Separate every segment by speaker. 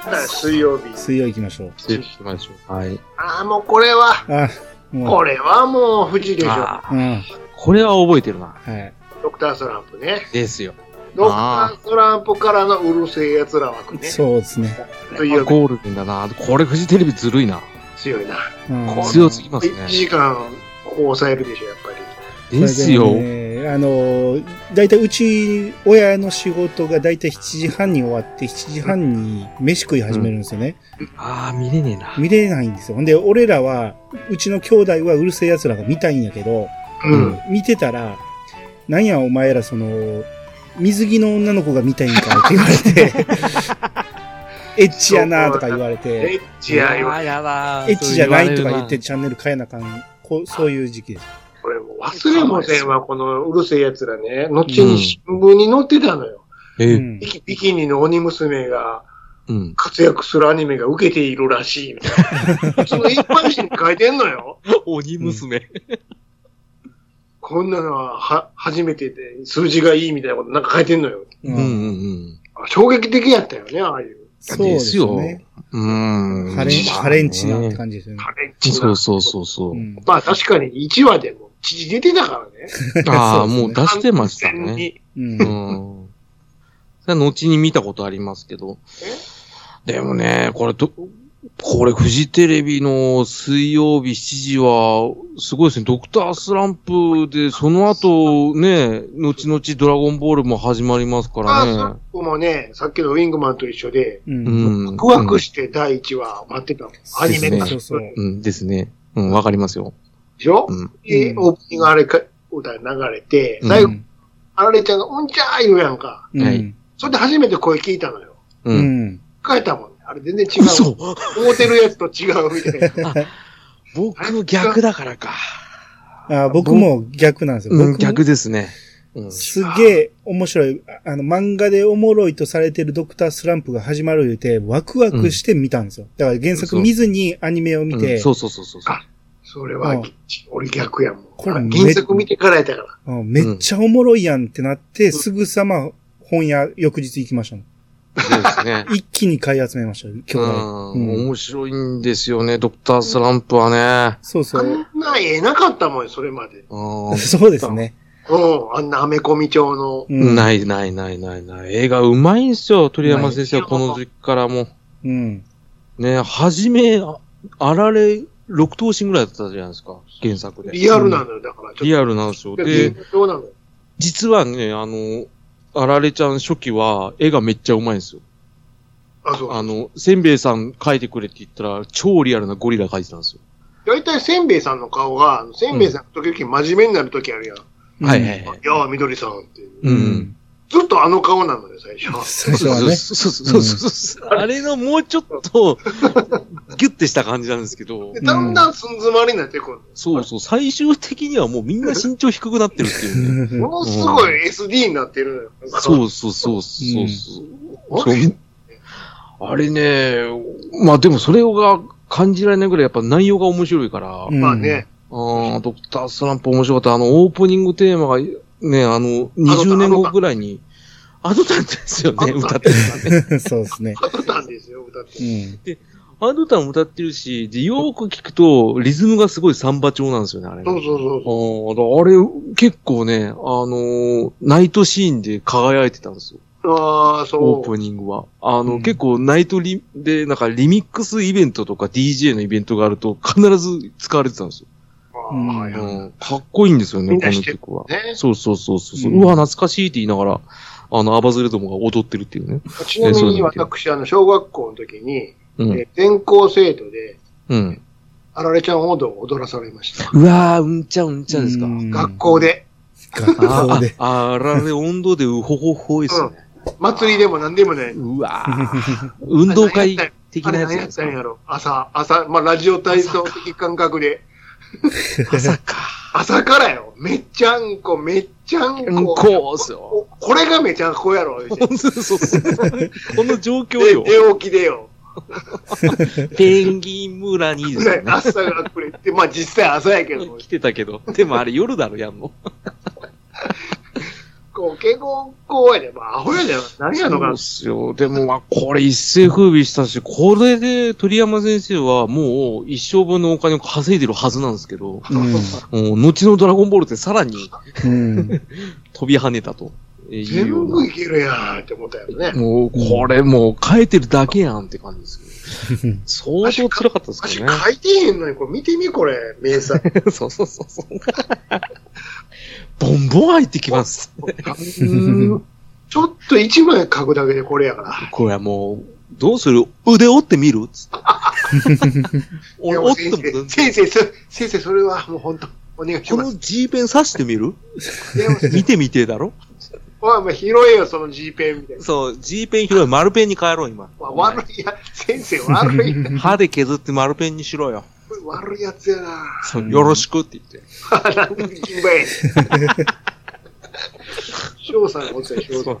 Speaker 1: 日。
Speaker 2: 水曜行きましょう。
Speaker 3: 行きましょう。はい。
Speaker 1: ああ、もうこれは、
Speaker 2: あ、もう。
Speaker 1: これはもう富士でしょ。
Speaker 3: あ
Speaker 2: う
Speaker 3: ー
Speaker 2: ん。
Speaker 3: これは覚えてるな。
Speaker 2: はい。
Speaker 1: ドクタースランプね。
Speaker 3: ですよ。
Speaker 1: ドクタースランプからのうるせえ奴ら枠ね。
Speaker 2: そうですね。
Speaker 1: という
Speaker 3: ゴールデンだな。これフジテレビずるいな。
Speaker 1: 強いな。
Speaker 2: うん
Speaker 1: こ
Speaker 3: 強すぎます
Speaker 1: 1
Speaker 3: ね。
Speaker 1: 時間、ここ抑えるでしょ、やっぱり。
Speaker 3: ですよ
Speaker 2: そ。れでねあの、だいたいうち、親の仕事がだいたい7時半に終わって、7時半に飯食い始めるんですよね。
Speaker 3: ああ、見れねえな。
Speaker 2: 見れないんですよ。ほんで、俺らは、うちの兄弟はうるせえ奴らが見たいんやけど、
Speaker 1: うん。
Speaker 2: 見てたら、なんやお前らその、水着の女の子が見たいんかって言わ れて、エッチやなとか言われて、
Speaker 1: エッチや
Speaker 3: あ
Speaker 1: よ。
Speaker 3: ーやだー。
Speaker 2: エッチじゃないとか言って
Speaker 3: そ
Speaker 2: チャンネル変えなあかん、こうそういう時期です。
Speaker 1: これもう忘れもせんわ、このうるせえ奴らね。後に新聞に載ってたのよ。
Speaker 3: う
Speaker 2: う
Speaker 3: いう言われるな。
Speaker 2: ん
Speaker 1: ビキビキニの鬼娘が
Speaker 3: えうん。
Speaker 1: 活躍するアニメが受けているらしいみたいな。その一般紙に書いてんのよ。
Speaker 3: 鬼娘。
Speaker 1: こんなのはは初めてで数字がいいみたいなことなんか書いてんのよ。
Speaker 3: うんうん
Speaker 1: あ衝撃的やったよね、ああいう。
Speaker 2: そうですよね。
Speaker 3: うん。うん。
Speaker 2: ハレンハレンチなって
Speaker 3: ね
Speaker 2: 感じですよね。
Speaker 1: カレッジな
Speaker 3: そうそうそうそうう。
Speaker 2: ん
Speaker 1: まあ確かに1話でも父出てたからね。
Speaker 3: あ
Speaker 2: そ
Speaker 3: あ、
Speaker 2: うですね
Speaker 3: もう出してました
Speaker 1: 完全
Speaker 3: ね。
Speaker 1: に
Speaker 2: うん
Speaker 3: う。ん。それは後に見たことありますけど。でもね、これど、これフジテレビの水曜日7時は、すごいですね。ドクタースランプで、その後ね、後々ドラゴンボールも始まりますか
Speaker 1: まあ、
Speaker 3: らね。
Speaker 1: そこもね、さっきのウィングマンと一緒で、
Speaker 2: うん
Speaker 3: う
Speaker 1: ワ
Speaker 3: ん。
Speaker 1: クワクして第1話待ってたもん。アニメ化
Speaker 2: そう
Speaker 1: す
Speaker 2: そう
Speaker 1: る。で
Speaker 3: うん、ですね。うん、わかりますよ。
Speaker 1: しょ
Speaker 3: うん。
Speaker 1: で、オープニングあれか、歌流れて、
Speaker 3: うん
Speaker 1: 最後、あられちゃんが、うんちゃー言うやんか。
Speaker 2: うん
Speaker 3: はい
Speaker 1: それで初めて声聞いたのよ。
Speaker 3: う。
Speaker 2: うんん。
Speaker 1: 変えたもんね。あれ全然違う。
Speaker 3: 嘘
Speaker 1: 思ってるやつと違うみたいな。
Speaker 3: 僕逆だからか。
Speaker 2: あ僕も逆なんですよ。
Speaker 3: うん、
Speaker 2: 僕
Speaker 3: 逆ですね。うん。
Speaker 2: すげえ面白い。ああの、漫画でおもろいとされてるドクタースランプが始まる言うて、ワクワクして見たんですよ。だから原作見ずにアニメを見
Speaker 3: う
Speaker 2: て
Speaker 3: ん、そうそうそうそうそう。
Speaker 1: それは、
Speaker 2: うん
Speaker 1: 俺逆やもん。
Speaker 2: これめ
Speaker 1: 原作見てからやったから。
Speaker 2: うんめっちゃおもろいやんってなって、すぐさま本屋翌日行きましたもん。
Speaker 3: そうですね。
Speaker 2: 一気に買い集めましたよ、
Speaker 3: う
Speaker 2: 今日
Speaker 3: ん、
Speaker 2: うん
Speaker 3: 面白いんですよね、ドクタースランプはね。
Speaker 2: そうそ
Speaker 1: あ
Speaker 2: う。
Speaker 1: んな絵なかったもん、それまで。
Speaker 3: う。
Speaker 2: そうですね。
Speaker 1: うん、あんなアメコミ調の。
Speaker 2: うんん。
Speaker 3: ないないないないない。映画うまいんすよ、鳥山先生
Speaker 1: う
Speaker 3: は
Speaker 1: まい
Speaker 3: この時からも。
Speaker 2: うん。
Speaker 3: ね、はじめ、ああられ、六頭身ぐらいだったじゃないですか、原作で。
Speaker 1: リアルなのよ、だから。
Speaker 3: リアルなんですよ。
Speaker 1: ルで
Speaker 3: で、、
Speaker 1: どうなのよ
Speaker 3: 実はね、あの、あられちゃん初期は絵がめっちゃうまいんですよ。
Speaker 1: あ、そう。
Speaker 3: あの、せんべいさん描いてくれって言ったら、超リアルなゴリラ描いてたんですよ。
Speaker 1: 大体せんべいさんの顔が、あのせんべいさん時々真面目になる時あるやん。
Speaker 3: はいはいはい。
Speaker 1: やあ、みどりさんっていう。
Speaker 2: う
Speaker 3: うんん。
Speaker 1: ずっとあの顔なのよ、最初。
Speaker 2: 最初はね。
Speaker 3: そうそうそうそうそう。あれのもうちょっと、ギュッてした感じなんですけど
Speaker 1: で、だんだん寸詰まりになってくる
Speaker 3: そうそう、最終的にはもうみんな身長低くなってるっていうね。
Speaker 1: の。ものすごい SD になってるのよ。
Speaker 3: そうそうそうそうそう。
Speaker 1: あ
Speaker 3: そう
Speaker 1: れ
Speaker 3: あれね、まあでもそれが感じられないぐらいやっぱ内容が面白いから、
Speaker 2: うん
Speaker 1: まあね、
Speaker 3: あードクタースランプ面白かった。あの、オープニングテーマが、ね、あの、20年後ぐらいに、あのたんですよ
Speaker 1: あ
Speaker 3: ね、
Speaker 1: の
Speaker 3: 歌
Speaker 1: た
Speaker 3: っ
Speaker 1: ん
Speaker 3: てるのがね。
Speaker 2: そうですね。
Speaker 1: あったんですよ、歌って
Speaker 2: う。ん。
Speaker 3: あのたん歌ってるし、で、よーく聞くと、リズムがすごいサンバ調なんですよね、あれ。
Speaker 1: そうそうそう
Speaker 3: あ
Speaker 1: そう。
Speaker 3: ーあれ、結構ね、あのーナイトシーンで輝いてたんですよ。
Speaker 1: ああ、
Speaker 3: オー
Speaker 1: そ
Speaker 3: プニングは。あ
Speaker 2: う
Speaker 3: の、
Speaker 2: ん
Speaker 3: 結構ナイトリ、で、なんかリミックスイベントとか DJ のイベントがあると必ず使われてたんですよ。
Speaker 1: う。ああ
Speaker 2: うん
Speaker 1: はいはい
Speaker 3: うんかっこいいんですよね、
Speaker 1: みん
Speaker 3: こ
Speaker 1: な知
Speaker 3: の
Speaker 1: ってる
Speaker 3: 曲は。
Speaker 1: ね
Speaker 3: そうそうそうそう。
Speaker 2: う
Speaker 3: うんわ、懐かしいって言いながら、あの、アバズレどもが踊ってるっていうね。
Speaker 1: ちなみに私、あの、小学校の時に、え
Speaker 3: うん。
Speaker 1: ー全校生徒で、
Speaker 3: うん。
Speaker 1: あられちゃん踊を踊らされました。
Speaker 3: うわー、うんちゃうんちゃですか。
Speaker 2: うん
Speaker 1: 学校で、
Speaker 2: 学
Speaker 3: あ
Speaker 2: 校で。
Speaker 3: あ、あられ、温度でうほほほいっすね。
Speaker 1: 祭りでも何でもないう
Speaker 3: わー運動会的
Speaker 1: あ
Speaker 3: な
Speaker 1: れ
Speaker 3: やつ
Speaker 1: 何
Speaker 3: じゃな
Speaker 1: やっ
Speaker 3: いです
Speaker 1: た
Speaker 3: か
Speaker 1: んやろ朝、朝、まあ、ラジオ体操的感覚で。
Speaker 3: 朝か。
Speaker 1: 朝からよ。めっちゃんこ、めっちゃんこ。
Speaker 3: うんこうっすよ
Speaker 1: おこれがめちゃんこやろ。言うて
Speaker 3: 本当そうそう。この状況
Speaker 1: で
Speaker 3: よ。
Speaker 1: 寝起きでよ。
Speaker 3: ペンギン村にですよね。
Speaker 1: 朝がくれて、まあ実際朝やけど、
Speaker 3: 来てたけど。でもあれ夜だろ、やんの。
Speaker 1: 構、結構怖いね。まあ、アホやねん。何やの
Speaker 3: そう
Speaker 1: か
Speaker 3: で。すよ。でも、まあ、これ一世風靡したし、これで鳥山先生はもう一生分のお金を稼いでるはずなんですけど、もう後のドラゴンボールってさらに
Speaker 2: うん。うん。
Speaker 3: 飛び跳ねたという
Speaker 1: 全
Speaker 3: よう
Speaker 1: 部
Speaker 3: な。
Speaker 1: いけるやんって思ったよね。
Speaker 3: もう、これもう変えてるだけやんって感じですけど。相当辛かったです
Speaker 1: 私
Speaker 3: け
Speaker 1: 書
Speaker 3: どね。
Speaker 1: いてへんのに、これ見てみ、これ、名作。
Speaker 3: そうそうそうそう。ボンボン入ってきます。
Speaker 1: ちょっと一枚書くだけでこれやから。
Speaker 3: これはもう、どうする腕折ってみるつって。
Speaker 1: い
Speaker 3: 俺
Speaker 1: やもう
Speaker 3: 折
Speaker 1: 先
Speaker 3: っても
Speaker 1: 生、先
Speaker 3: 全然
Speaker 1: 生、そ先生、それはもう本当、お願いし
Speaker 3: こ
Speaker 1: ま
Speaker 3: の
Speaker 1: す。
Speaker 3: G ペン刺してみる
Speaker 1: でも先
Speaker 3: 見
Speaker 1: 生
Speaker 3: てみてえだろ
Speaker 1: おい、お前拾えよ、その G ペンみたいな。
Speaker 3: そう、G ペン拾い、丸ペンに変えろ、今。
Speaker 1: まあ悪いや、先生悪 い、
Speaker 3: 歯で削って丸ペンにしろよ。
Speaker 1: 悪いやつやな。
Speaker 3: そうよろしくって言って。
Speaker 1: なんで金馬やねん。翔さんがおったよ、翔さん。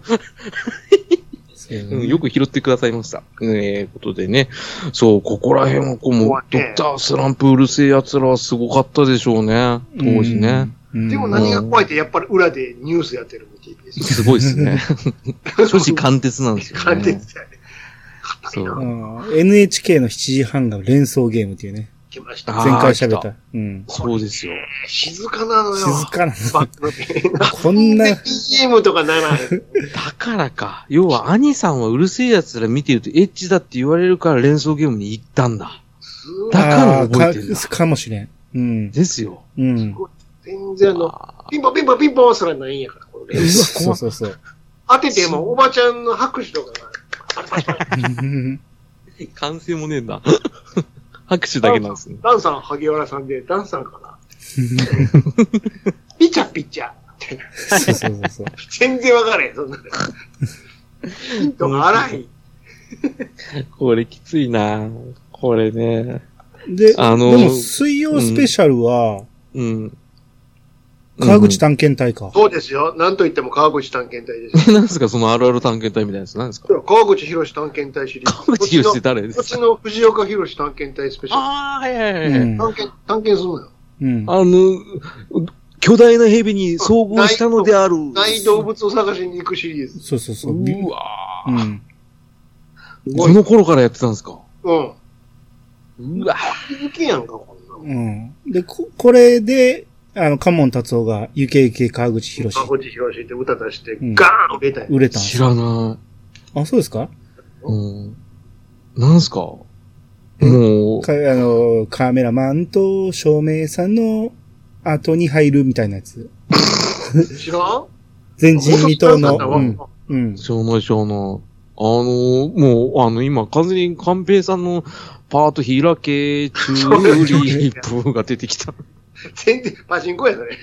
Speaker 2: そうやな
Speaker 3: うんよく拾ってくださいました。えー、ことでね。そう、ここら辺はこう、もう
Speaker 1: 怖い
Speaker 3: ド
Speaker 1: ね
Speaker 3: クタースランプうるせえ奴らはすごかったでしょうね。当時ね。。
Speaker 2: うん
Speaker 1: でも何が怖いって、やっぱり裏でニュースやってるみたいです。
Speaker 3: すごいです ね。所 持貫徹なんですよね。
Speaker 1: 完全ですよね。
Speaker 3: そう
Speaker 2: あ。ー NHK の7時半が連想ゲームっていうね。
Speaker 1: 来まし
Speaker 3: あ
Speaker 1: た。
Speaker 3: ー
Speaker 2: 前回喋っ
Speaker 3: 来
Speaker 2: た。うん。
Speaker 3: そうですよ。
Speaker 1: 静かなのよ。
Speaker 2: 静かな。
Speaker 1: バックの
Speaker 2: こんな、
Speaker 1: BGM とかならへん。
Speaker 3: だからか。要は、兄さんはうるせえ奴ら見てるとエッチだって言われるから連想ゲームに行ったんだ。
Speaker 1: すごい
Speaker 3: だから
Speaker 2: あー
Speaker 3: 覚えてんだ
Speaker 2: かかもしれん。うん。
Speaker 3: ですよ。
Speaker 2: うん。
Speaker 1: 全然あの、
Speaker 3: あ
Speaker 1: ピンポンピンポンピンポンすらないんやから、これ。
Speaker 2: そうそうそう。
Speaker 1: 当てても、おばちゃんの拍手とかが、パチパチパチ
Speaker 2: うん
Speaker 3: ー完成もねえんだ。 拍手だけなんですね。
Speaker 1: ダンさん、萩原さんで、ダンさんかな。ピチャピチャ。
Speaker 2: そうそうそうそう。
Speaker 1: 全然わからへん、そんなの。ヒントが荒い。
Speaker 3: これきついなこれね。
Speaker 2: で、
Speaker 3: あのー
Speaker 2: でも水曜スペシャルは、
Speaker 3: うん。
Speaker 2: 川口探検隊か。
Speaker 1: そうですよ。なんといっても川口探検隊ですよ。
Speaker 3: うん。 何ですかそのあるある探検隊みたいなやつ。何ですか
Speaker 1: 川口博士探検隊シリーズ。
Speaker 3: 川口博士って誰で
Speaker 1: こっ
Speaker 3: す
Speaker 1: ち
Speaker 3: か
Speaker 1: の藤岡博士探検隊スペシャル。
Speaker 3: ああ、はいは
Speaker 2: う
Speaker 3: いはい。
Speaker 2: ん。
Speaker 1: 探検、探検するのよ。
Speaker 2: うん。
Speaker 3: あの、巨大な蛇に遭遇したのである。
Speaker 1: ない動物を探しに行くシリーズ。
Speaker 2: そうそうそう。
Speaker 3: う
Speaker 2: う
Speaker 3: わ
Speaker 2: ん。
Speaker 3: ーこの頃からやってたんですか
Speaker 1: うん。
Speaker 3: うわ
Speaker 1: 気づきやんか、こんなの。
Speaker 2: うん。で、こ、これで、あの、カモン達夫が、ゆけゆけ川口博士、
Speaker 1: 川口博士って歌出して、
Speaker 2: うん
Speaker 1: ガーン売れたんや
Speaker 2: 売れたん
Speaker 3: 知らな
Speaker 2: あ、そうですか
Speaker 3: い。うん。なんすかもう、
Speaker 2: か、あの、カメラマンと照明さんの後に入るみたいなやつ。
Speaker 1: 知らん
Speaker 2: 前人未
Speaker 1: 元々知ら
Speaker 2: 到の。
Speaker 1: んかったわ
Speaker 2: うん。うん。
Speaker 3: 小の小の、あのーもう、あの、今、完全に寛平さんのパート開け中リップが出てきた。
Speaker 1: 全然、パチンコやそれ。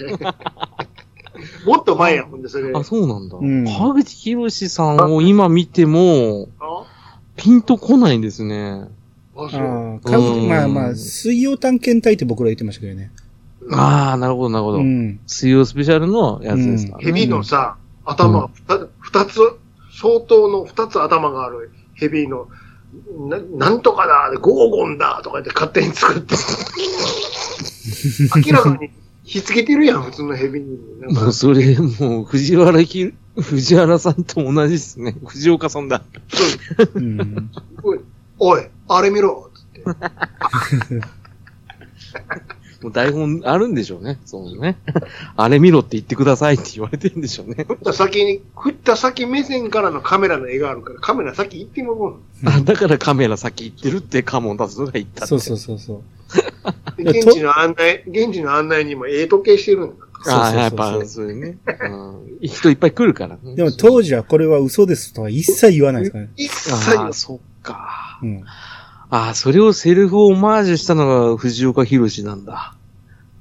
Speaker 1: もっと前や、ほんで、それ。
Speaker 3: あ、そうなんだ。
Speaker 2: うん
Speaker 3: 川口博士さんを今見ても、
Speaker 1: あ
Speaker 3: ピンとこないんですね。
Speaker 1: あ、
Speaker 2: あ
Speaker 1: そう。
Speaker 2: ー川口
Speaker 3: うん
Speaker 2: まあまあ、水曜探検隊って僕ら言ってましたけどね。
Speaker 3: ああ、なるほど、なるほど。
Speaker 2: うん。
Speaker 3: 水曜スペシャルのやつですか、
Speaker 1: 蛇のさ、頭、ふた二つ、相当の二つ頭がある蛇の、ななんとかだ、ゴーゴンだ、とか言って勝手に作 って。明らかに、ひっつけてるやん、普通の蛇に。なん
Speaker 3: もう
Speaker 1: か、
Speaker 3: それ、もう、藤原き、 藤原さんと同じですね。藤岡さんだ。
Speaker 2: うん。
Speaker 1: おい、あれ見ろ、つって。
Speaker 3: もう台本あるんでしょうね。そ うね。あれ見ろって言ってくださいって言われてるんでしょうね。
Speaker 1: 振った先に、振った先目線からのカメラの絵があるから、カメラ先行ってもらお う。
Speaker 3: あだからカメラ先行ってるってカモン達夫が言ったって。
Speaker 2: そうそうそうそ
Speaker 1: で
Speaker 2: う。いや
Speaker 1: 現地の案内、現地の案内にもええ時計してるんだ。
Speaker 3: ああ、
Speaker 2: そうそうそうそう
Speaker 3: やっぱ、そういうね。うん。人いっぱい来るからね。
Speaker 2: でも当時はこれは嘘ですとは一切言わないですからね。
Speaker 1: 一切
Speaker 3: あ
Speaker 1: は
Speaker 3: あ、、そっか。
Speaker 2: うん。
Speaker 3: ああ、それをセルフオマージュしたのが藤岡弘なんだ。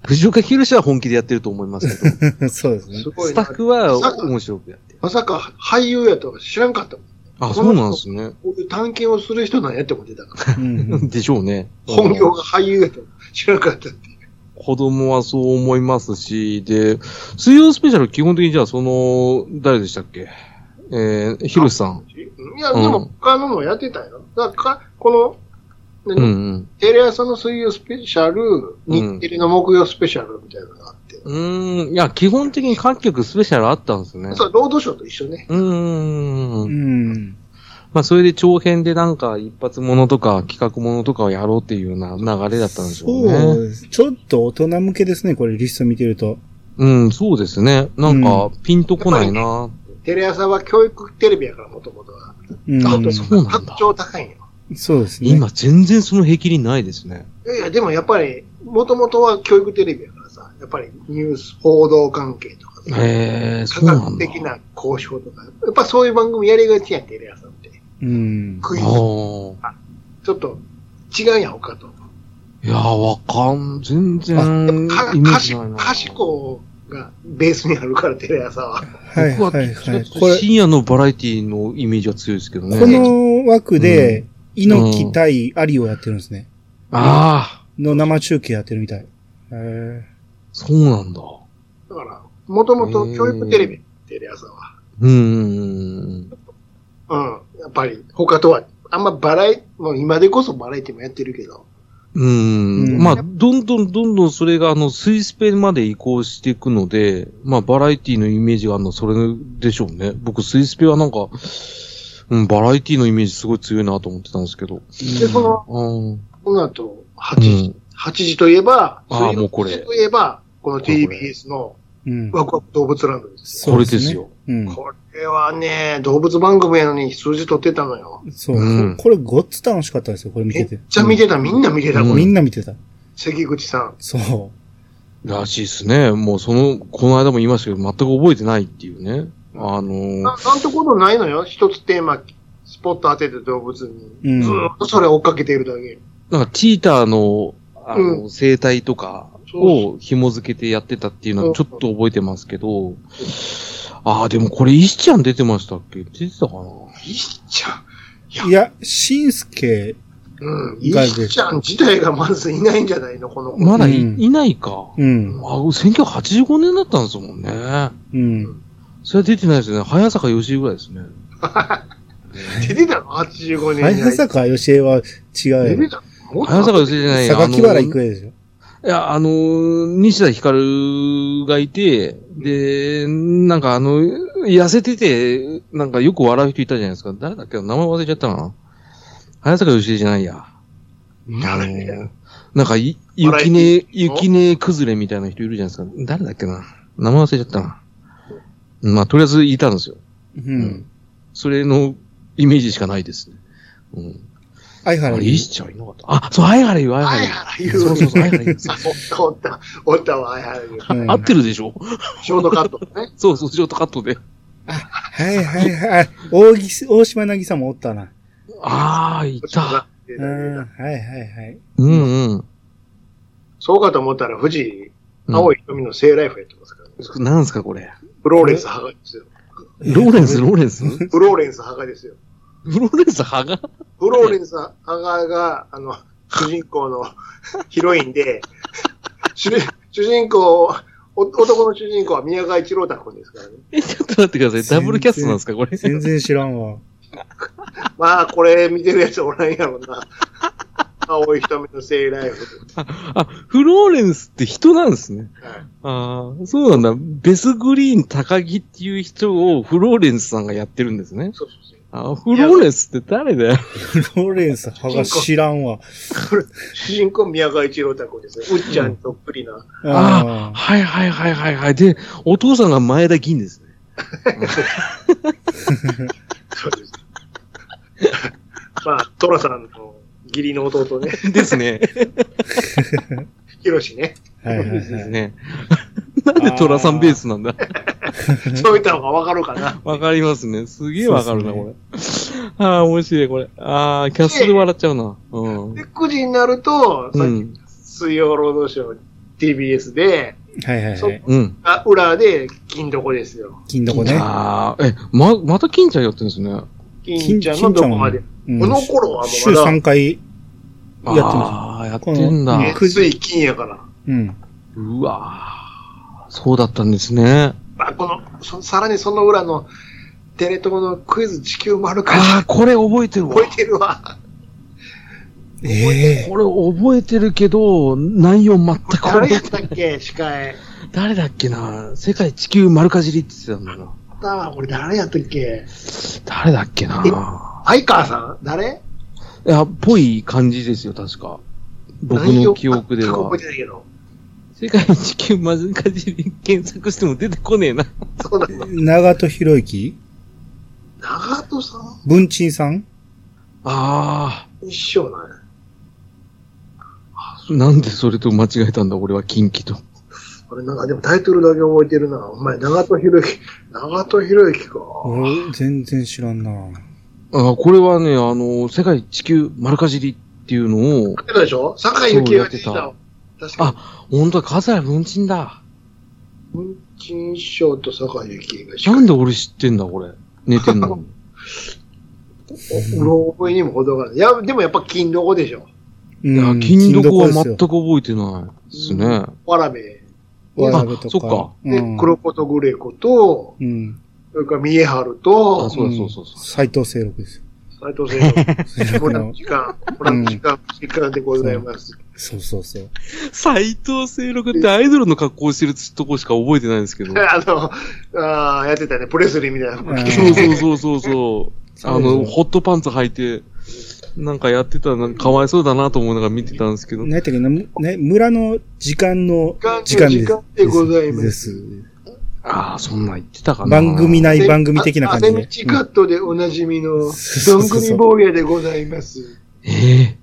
Speaker 3: 藤岡弘は本気でやってると思いますけ ど、
Speaker 2: そうですね
Speaker 1: す。ごい
Speaker 3: スタ
Speaker 1: な
Speaker 3: ッ。フは面白くやってる。
Speaker 1: まさか俳優やとは知らんかったもん。
Speaker 3: あ、そうなんですね。
Speaker 1: こういう探検をする人なんやって思ってたから。
Speaker 2: うん。
Speaker 3: でしょうね。
Speaker 1: 本業が俳優やとは知らんかったって。
Speaker 3: 子供はそう思いますし、で、水曜スペシャル基本的にじゃあその、誰でしたっけえー、ヒロシさん。
Speaker 1: いや、でも
Speaker 3: うん
Speaker 1: 他のもやってたよ。だから、この、
Speaker 3: うんうん。
Speaker 1: テレ朝の水曜スペシャル、日テレの木曜スペシャルみたいなのがあって、
Speaker 3: うーん。いや、基本的に各局スペシャルあったんですね。
Speaker 1: そう、ロードショーと一緒ね。
Speaker 3: うー。
Speaker 2: うんん。
Speaker 3: まあ、それで長編でなんか一発ものとか企画ものとかをやろうっていうような流れだったんでしょうね。
Speaker 2: そうです。ちょっと大人向けですね、これリスト見てると。
Speaker 3: うん、そうですね。なんか、ピンとこないな。
Speaker 1: テレ朝は教育テレビやから、もともとは。
Speaker 2: うん。
Speaker 3: あそうなんだ
Speaker 1: 格調高いんよ。
Speaker 2: そうですね。
Speaker 3: 今、全然そのへきりないですね。
Speaker 1: いやいや、でもやっぱり、もともとは教育テレビやからさ、やっぱりニュース、報道関係とかさ、
Speaker 3: へえ、そ
Speaker 1: 科
Speaker 3: うなん
Speaker 1: 学
Speaker 3: だ。
Speaker 1: 的な交渉とか、やっぱそういう番組やりがちやん、テレ朝って。
Speaker 2: うん。
Speaker 1: クイズ、
Speaker 3: ああ。
Speaker 1: ちょっと違うやん、他と。
Speaker 3: いやー、わかん、全然、
Speaker 1: か
Speaker 3: イメー
Speaker 1: か
Speaker 3: ジ
Speaker 1: し
Speaker 3: ないな。
Speaker 1: かしこがベースにあるから、テレ朝は。
Speaker 2: はい
Speaker 3: 僕
Speaker 2: は
Speaker 3: は
Speaker 2: い
Speaker 3: ちょ
Speaker 2: は
Speaker 3: っ
Speaker 2: い。
Speaker 3: と
Speaker 2: これ、
Speaker 3: 深夜のバラエティのイメージは強いですけどね。
Speaker 2: この枠
Speaker 3: う
Speaker 2: で、猪木対アリをやってるんですね。
Speaker 3: ああ、
Speaker 2: の生中継やってるみたい。へー
Speaker 3: そうなんだ。
Speaker 1: だから、もともと教育テレビ、テレ朝は。
Speaker 3: うーん。
Speaker 1: うん。やっぱり、他とは、あんまバラエ、もう今でこそバラエティもやってるけど、
Speaker 3: うーん。
Speaker 2: うん
Speaker 3: まあ、どんどんどんどんそれが、あの、スイスペまで移行していくので、まあ、バラエティのイメージがあるのはそれでしょうね。僕、スイスペはなんか、うん、バラエティのイメージすごい強いなと思ってたんですけど。
Speaker 1: で、その、
Speaker 3: うん。
Speaker 1: この後、8
Speaker 3: う
Speaker 1: 時、
Speaker 3: ん。
Speaker 1: 8時といえば、
Speaker 3: あー
Speaker 1: 水曜
Speaker 3: もうこれ
Speaker 1: といえば、この
Speaker 3: これこれ
Speaker 1: TBS の
Speaker 2: うん。
Speaker 1: ワクワク動物ランドです
Speaker 2: そ
Speaker 3: こ
Speaker 2: う
Speaker 3: れ
Speaker 2: ですね
Speaker 3: ですよ。
Speaker 2: うん
Speaker 1: よ。。これはね、動物番組やのに数字取ってたのよ。
Speaker 2: そう
Speaker 3: うん
Speaker 2: これごっつ楽しかったですよ、これ見
Speaker 1: め
Speaker 2: て。
Speaker 1: ってちゃ見てた、みんな見てた、
Speaker 3: う
Speaker 1: こ
Speaker 2: うん
Speaker 1: れ
Speaker 2: みんな見てた。
Speaker 1: 関口さん。
Speaker 2: そ
Speaker 3: らしいですね。もうその、この間も言いましたけど、全く覚えてないっていうね。あのー
Speaker 1: ななんてことないのよ。一つテーマ、スポット当てて動物
Speaker 2: う
Speaker 1: に。
Speaker 2: ん
Speaker 1: ずーっとそれ追っかけてるだけ。
Speaker 3: なんかチーターの、あ
Speaker 1: う
Speaker 3: の、生態とか
Speaker 1: そ
Speaker 3: を紐付けてやってたっていうのはち
Speaker 1: そ
Speaker 3: ょ
Speaker 1: う
Speaker 3: っと覚えてますけど、ああ、でもこれ石ちゃん出てましたっけ出てたかな
Speaker 1: 石ちゃん。
Speaker 2: う。いや、しんすけ、
Speaker 1: うん。
Speaker 2: 外部
Speaker 1: 石ちゃん自体がまずいないんじゃないのこの子。
Speaker 3: まだい,、
Speaker 2: うん
Speaker 3: ないか。
Speaker 2: うん、
Speaker 3: あ、1985年だったんですもんね。
Speaker 2: うん。
Speaker 3: それは出てないですよね。早坂義恵ぐらいですね。
Speaker 1: 出てたの ?85 年に。
Speaker 2: 早坂よしえは違う
Speaker 1: 出
Speaker 2: よ
Speaker 1: て。たのもっと
Speaker 3: 早坂義恵じゃないや
Speaker 2: 榊原郁
Speaker 3: い
Speaker 2: 恵ですよ。
Speaker 3: や、あのー、西田ひかるがいて、で、なんかあの、痩せてて、なんかよく笑う人いたじゃないですか。誰だっけ名前忘れちゃったな。早坂義恵じゃないや。
Speaker 1: 誰だ
Speaker 3: あ
Speaker 1: よ
Speaker 3: のなんかい、
Speaker 1: バラエテ
Speaker 3: 雪
Speaker 1: ィ
Speaker 3: ね、雪ね崩れみたいな人いるじゃないですか。誰だっけな名前忘れちゃったな。まあ、とりあえずいたんですよ。
Speaker 2: うん。
Speaker 3: それのイメージしかないですね。うん。
Speaker 2: 相
Speaker 3: あ
Speaker 2: 原
Speaker 3: れ、
Speaker 2: ゆ
Speaker 3: イシちゃんいなかった。あ、そう、相原言う、相
Speaker 1: 相
Speaker 3: 原
Speaker 1: 原
Speaker 3: 言
Speaker 1: 優
Speaker 3: う。そうそうそう、相原言う。
Speaker 1: あ、おった、おった、おったわ、相原優。
Speaker 2: うん
Speaker 3: 合ってるでしょ
Speaker 1: ショートカットね。
Speaker 3: そうそう、ショートカットで。
Speaker 2: はいはいはい。大木、大島なぎさもおったな。
Speaker 3: ああ、いた。
Speaker 2: うん。はいはいはい。
Speaker 3: うんうん。
Speaker 1: そうかと思ったら、富士、青
Speaker 3: い。
Speaker 1: い瞳のセーライフやってますからね。
Speaker 3: なんすか、これ。
Speaker 1: フローレンス派がですよ。
Speaker 3: ローレンス、ローレンスフ
Speaker 1: フローレンス派がですよ。
Speaker 3: ローレンス派が
Speaker 1: フローレンス派がが、あの、主人公のヒロインで、 主主人公、お男の主人公は宮川一郎太君ですからね。
Speaker 3: え、ちょっと待ってください。ダブルキャストなんですか、これ。
Speaker 2: 全然知らんわ。
Speaker 1: まあ、これ見てるやつおらんやろな。青い瞳のセーライフ。
Speaker 3: あ、フローレンスって人なんですね。
Speaker 1: はい
Speaker 3: ああ、そうなんだ。ベスグリーン高木っていう人をフローレンスさんがやってるんですね。
Speaker 1: そうそうそう。
Speaker 3: あフローレンスって誰だよ。
Speaker 2: フローレンス派が知らんわ。
Speaker 1: 主人公宮川一郎太君ですね。うっちゃんにそっくりな。
Speaker 3: ああ、
Speaker 2: あ
Speaker 3: はいはいはいはいはい。で、お父さんが前田銀ですね。
Speaker 1: そうです。まあ、トラさんの義理の弟ね、
Speaker 3: です ね。
Speaker 1: ヒロシ ね。
Speaker 2: あ。はいはい
Speaker 3: です
Speaker 2: はい。
Speaker 3: ね。 なんでトラさんベースなんだ
Speaker 1: そういったのがわかるかな。
Speaker 3: わかりますね。すげえわかるな、これ。 ああ、面白い、これ。ああ、キャッスル笑っちゃうな。うん。
Speaker 1: で、9時になると、
Speaker 3: う
Speaker 1: さっき
Speaker 3: ん。
Speaker 1: 水曜ロードショー、TBS で、
Speaker 2: はいはいはい。
Speaker 3: うん。
Speaker 1: あ裏で、金どこですよ。
Speaker 2: 金どこね。
Speaker 3: ああ、え、ま、また金ちゃんやってるんですね。
Speaker 1: 金ちゃんのどこまで。こ
Speaker 2: うん
Speaker 1: の頃はも
Speaker 2: 週
Speaker 1: うまだ、
Speaker 2: 3回やってま
Speaker 3: ああ、やってんだ。
Speaker 2: この
Speaker 1: ね
Speaker 2: うん九時
Speaker 1: 水金やから。
Speaker 2: す。うん。
Speaker 3: うわぁ、そうだったんですね。
Speaker 1: まあ、この、そさらにその裏の、テレ東のクイズ地球丸か
Speaker 3: ああ、
Speaker 1: じ。
Speaker 3: これ覚えてるわ
Speaker 1: 覚。えてるわ。
Speaker 2: ええ
Speaker 3: これ覚えてるけど、内容全く
Speaker 1: 誰
Speaker 3: 覚
Speaker 1: や
Speaker 3: え
Speaker 1: ってたっけ司会。
Speaker 3: 誰だっけな世界地球丸かじりって言ってたんだな。
Speaker 1: ああ、俺誰やったっけ
Speaker 3: 誰だっけな
Speaker 1: 相川さん誰
Speaker 3: いや、ぽい感じですよ、確か。僕の記憶で
Speaker 1: 内容
Speaker 3: は
Speaker 1: 全く覚え。てないけど。
Speaker 3: 世界地球丸かじり検索しても出てこねえな。
Speaker 1: そうなんだ。
Speaker 2: 長門博之
Speaker 1: 長門さん
Speaker 2: 文鎮さん
Speaker 3: あ
Speaker 1: 一緒なんや。
Speaker 3: あ、なんでそれと間違えたんだ、俺は近畿と。
Speaker 1: 俺なんかでもタイトルだけ覚えてるな。お前、長門博之。長門博之か。
Speaker 2: 俺、全然知らんな
Speaker 3: あこれはね、あの、世界地球丸かじりっていうのを、
Speaker 1: やってたでしょ坂井幸恵が出て
Speaker 3: そうや
Speaker 1: た
Speaker 3: っ。
Speaker 1: 確かに。
Speaker 3: 本当は葛西文鎮だ。
Speaker 1: 文鎮師匠と坂井幸恵が司
Speaker 3: な
Speaker 1: 会
Speaker 3: んで俺知ってんだ、これ。寝てん のに。
Speaker 1: うろ覚えにも程がある。いや、でもやっぱ金の子でしょ。
Speaker 2: う
Speaker 3: いや、
Speaker 2: ん。
Speaker 3: 金床は
Speaker 2: です
Speaker 3: 全
Speaker 2: よ
Speaker 3: く覚えてないですね。あ、
Speaker 1: わらべ。で、
Speaker 2: わらべと
Speaker 3: そっか
Speaker 2: うん
Speaker 1: 黒子とグレコと、
Speaker 2: うん。
Speaker 1: それから三重春と、
Speaker 3: そうだそうだそうだ。
Speaker 2: 斎藤清六ですよ。
Speaker 1: 斉藤先生、
Speaker 2: う
Speaker 1: 村
Speaker 2: ん
Speaker 1: の時間、村の時間、時間でございます。
Speaker 2: そうそうそう。
Speaker 3: 斎藤清六ってアイドルの格好してるとこしか覚えてないんですけど。
Speaker 1: あの、ああ、やってたね、プレスリーみたいな服着て。
Speaker 3: そうそうそうそうそう。あ
Speaker 2: そう
Speaker 3: の、
Speaker 2: そう
Speaker 3: ホットパンツ履いて、なんかやってたのかわいそうだなと思いながら見てたんですけど。
Speaker 2: 何やったっけな、むね、村の時間の
Speaker 1: 時
Speaker 2: 時間
Speaker 1: 間
Speaker 2: です。
Speaker 1: ででございます
Speaker 2: です。
Speaker 3: ああ、そんなん言ってたかな。
Speaker 2: 番組ない番組的な感じ
Speaker 1: アセミ
Speaker 2: で。
Speaker 1: チカットでおなじみの、ど
Speaker 2: んそうそうんそう
Speaker 1: ぐ
Speaker 2: そ
Speaker 1: り
Speaker 2: う
Speaker 1: 坊やでございます。
Speaker 3: え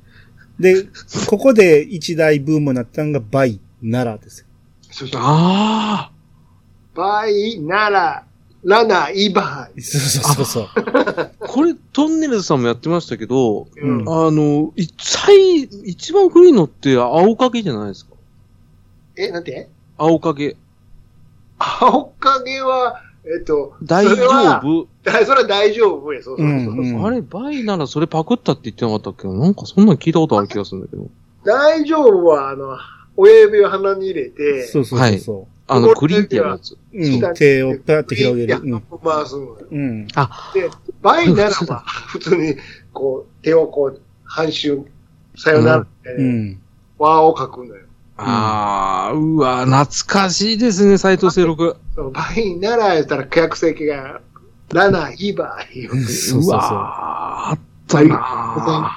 Speaker 3: え
Speaker 2: で、ここで一大ブームになったのがバイ、奈良ですよ。
Speaker 1: そうそう。
Speaker 3: あ
Speaker 1: バイ、なら、ラナ、イバイ。
Speaker 2: そうそうそうそう。
Speaker 3: あ、これトンネルズさんもやってましたけど、
Speaker 2: うん
Speaker 3: あの、い最、一番古いのって青影じゃないですか。
Speaker 1: え、なんて
Speaker 3: 青影。
Speaker 1: 青影は、えっと、
Speaker 3: 大
Speaker 1: それは
Speaker 3: 丈
Speaker 1: だそれは大丈夫や、そうそうそう。
Speaker 2: うん
Speaker 3: 夫あれ、バイならそれパクったって言ってなかったっけど、なんかそんなん聞いたことある気がするんだけど。
Speaker 1: 大丈夫は、あの、親指を鼻に入れて、
Speaker 2: そうそうそうそ
Speaker 3: あの、クリーンってやつ。
Speaker 2: う。うん。手をパーって広げる。
Speaker 1: いや回すのよ。
Speaker 2: うん。うん。
Speaker 1: で、バイならば、普通に、こう、手をこう、半周、さよなら、
Speaker 2: う
Speaker 1: えー
Speaker 2: ん。
Speaker 1: 輪を書くのよ。
Speaker 3: ああ、うわ、懐かしいですね、斎藤清六。
Speaker 1: そのバイなら、やったら、客席が、ラナ、イバイ、
Speaker 2: そうそう
Speaker 3: う
Speaker 2: そう。
Speaker 3: わーあったな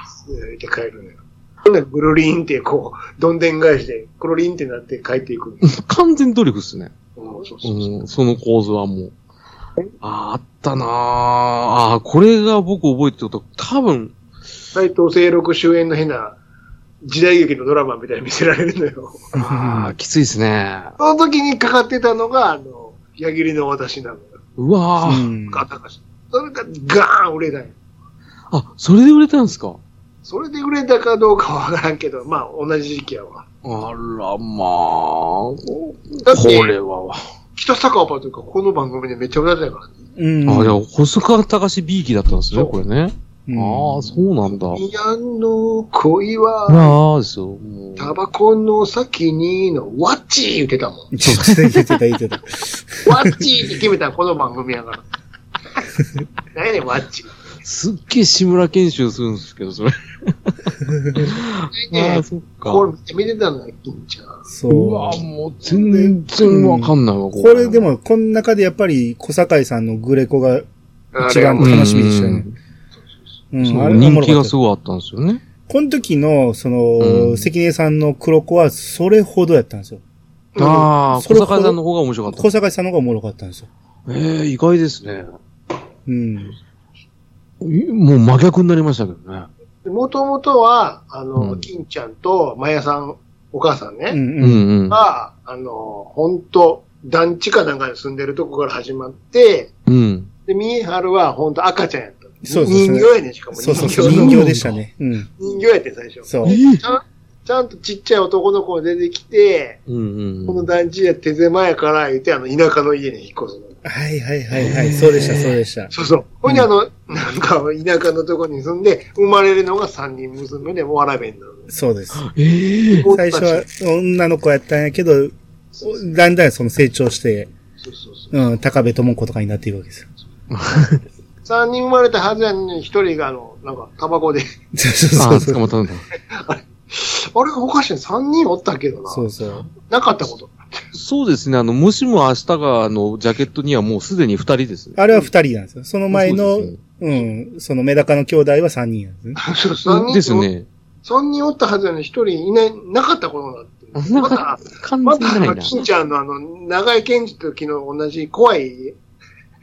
Speaker 1: って帰るのよ。ほんで、ぐるりんって、こう、どんでん返しで、くるりんってなって帰っていくのよ。
Speaker 3: ー完全努力っすね。
Speaker 1: うんそうそうそう
Speaker 3: うん、その構図はもう。あーあったなーあーこれが僕覚えてること、多分、
Speaker 1: 斎藤清六主演の変な、時代劇のドラマみたいに見せられるのよ。
Speaker 3: あーきついですね。
Speaker 1: その時にかかってたのが、あの、矢切の私なのよ。
Speaker 3: うわー
Speaker 2: うん
Speaker 1: ガタガシ。それがガーン売れない。
Speaker 3: あ、それで売れたんですか
Speaker 1: それで売れたかどうかはわからんけど、まあ同じ時期やわ。
Speaker 3: あら、まあ。
Speaker 1: だっ
Speaker 3: これ
Speaker 1: て、
Speaker 3: はわ。
Speaker 1: 北坂パとかこの番組でめっちゃ売れてたから、ね。
Speaker 2: うん。
Speaker 3: あ、じゃあ、細川隆 B 期だったんですね、これね。
Speaker 2: うん
Speaker 3: ああ、そうなんだ。
Speaker 1: イアンの恋は、
Speaker 3: ああ、そう。もう
Speaker 1: タバコの先にの、ワッチー言ってたもん。
Speaker 2: そう言ってた言ってた。
Speaker 1: ワッチーって決めたのこの番組や から。何やねん、ワッチー。
Speaker 3: すっげえ志村研修するんですけど、それ。あ
Speaker 1: ね
Speaker 3: あ、そっか。
Speaker 1: これめっちゃ見てたのよ、金ちゃん。
Speaker 2: そう
Speaker 3: わ、
Speaker 2: う。
Speaker 3: もう全然わかんないわ、
Speaker 2: これで、も、この中でやっぱり小堺さんのグレコが、
Speaker 1: あれはも
Speaker 3: う
Speaker 1: う
Speaker 3: ん
Speaker 2: 楽しみでしたよねう
Speaker 3: そ
Speaker 2: ん、あれ
Speaker 3: う
Speaker 2: おも
Speaker 3: 人
Speaker 2: ろ
Speaker 3: 気
Speaker 2: か
Speaker 3: が
Speaker 2: った
Speaker 3: すごいあったんですよね。
Speaker 2: この時の、そ
Speaker 3: うん
Speaker 2: の、関根さんの黒子はそれほどやったんですよ。
Speaker 3: ああ、
Speaker 2: そ
Speaker 3: 小
Speaker 2: れほど
Speaker 3: 坂さんの方が面白か
Speaker 2: 小
Speaker 3: っ
Speaker 2: 堺さんの方がおもろかったんですよ。
Speaker 3: た。ええ、意外ですね。
Speaker 2: うん。
Speaker 3: いもう真逆になりましたけどね。
Speaker 1: もともとは、あの、
Speaker 3: うん
Speaker 1: 金ちゃんと、まやさん、お母さんね。
Speaker 2: うん
Speaker 3: う
Speaker 2: うん。
Speaker 3: んうん。
Speaker 1: が、あの、本当団地かなんかに住んでるとこから始まって、
Speaker 3: うん。
Speaker 1: で、ミーハルは本当赤ちゃんやった。
Speaker 2: そうそう
Speaker 1: 人形やねん、しかも。
Speaker 2: そうそう
Speaker 1: 人
Speaker 2: そう、
Speaker 1: 形
Speaker 2: 人
Speaker 1: の
Speaker 2: 形でしたね。うん。
Speaker 1: 人形やってん、最初。ち
Speaker 2: そう。
Speaker 3: え
Speaker 1: ゃんとちっちゃい男の子が出てきて、
Speaker 3: うん
Speaker 1: こ
Speaker 3: う
Speaker 1: の
Speaker 3: ん。
Speaker 1: 団地や手狭やから言って、あの、田舎の家に引っ越すの。
Speaker 2: はいはいはいはい。そうでした、そうでした。
Speaker 1: そうそう。ほんで、あの、なんか、田舎のとこに住んで、生まれるのが三人娘で、わらべんなの。
Speaker 2: そうです。
Speaker 3: ええ。
Speaker 2: 最初は女の子やったんやけど、だんだんその成長して、
Speaker 1: そうそうそう。
Speaker 2: うん、高部智子とかになっていくわけですよ。
Speaker 1: 三人生まれたはずやのに、一人があの、なんか、タバコで、
Speaker 2: そうそ
Speaker 3: あ
Speaker 2: う
Speaker 3: あ、捕
Speaker 2: そう。
Speaker 3: まったんだ。
Speaker 1: あれおかしい、三人おったけどな。
Speaker 2: そうそう。
Speaker 1: なかったこと。
Speaker 3: そうですね。あの、もしも明日が、あの、ジャケットにはもうすでに二人ですね。
Speaker 2: あれは二人なんですよ。その前の、
Speaker 3: そううですね
Speaker 2: ん、そのメダカの兄弟は三人なんですね。
Speaker 1: そう、三人。
Speaker 3: です。ね。
Speaker 1: 三人おったはずやのに、一人いない、なかったことになってる。また、
Speaker 3: 完
Speaker 1: ま
Speaker 3: 全じゃない
Speaker 1: た、
Speaker 3: な。
Speaker 1: 金ちゃんのあの、長井健二と昨日同じ怖い、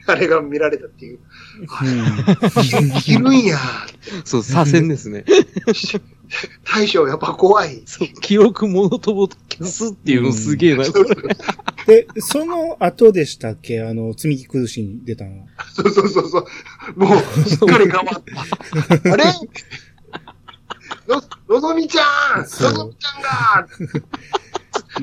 Speaker 1: あれが見られたっていう。生きるんや。
Speaker 3: そう、左遷ですね。
Speaker 1: 大将やっぱ怖い。
Speaker 3: そう、記憶物とも消すっていうのすげえな。
Speaker 2: うんで、その後でしたっけあの、積み木崩しに出たのは。
Speaker 1: そうそうそうそう。も う、すっかり変わった。あれの、のぞみちゃん
Speaker 2: そう
Speaker 1: のぞみちゃん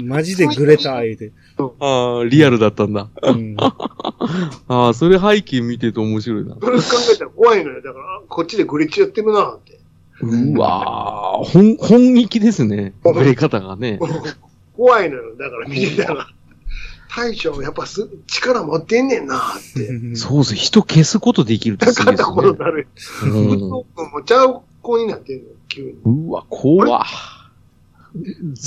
Speaker 1: が
Speaker 2: マジでグレた、言うて。
Speaker 3: ああ、リアルだったんだ。
Speaker 2: うん。
Speaker 3: ああ、それ背景見てると面白いな。
Speaker 1: それ考えたら怖いのよ。だから、こっちでグリッチやってるなって。
Speaker 3: うわあ、本、本気ですね。触れ方がね。
Speaker 1: 怖いのよ。だから見てたら。大将、やっぱす、力持ってんねんなって。
Speaker 3: そうです。人消すことできるって
Speaker 1: な
Speaker 3: す
Speaker 1: か
Speaker 3: ごい
Speaker 1: っ
Speaker 3: で
Speaker 1: た
Speaker 3: すね
Speaker 1: こ。とになる。
Speaker 3: う
Speaker 1: 武
Speaker 3: ん
Speaker 1: 藤君もちゃう子になってんのよ、急に。
Speaker 3: うわ、怖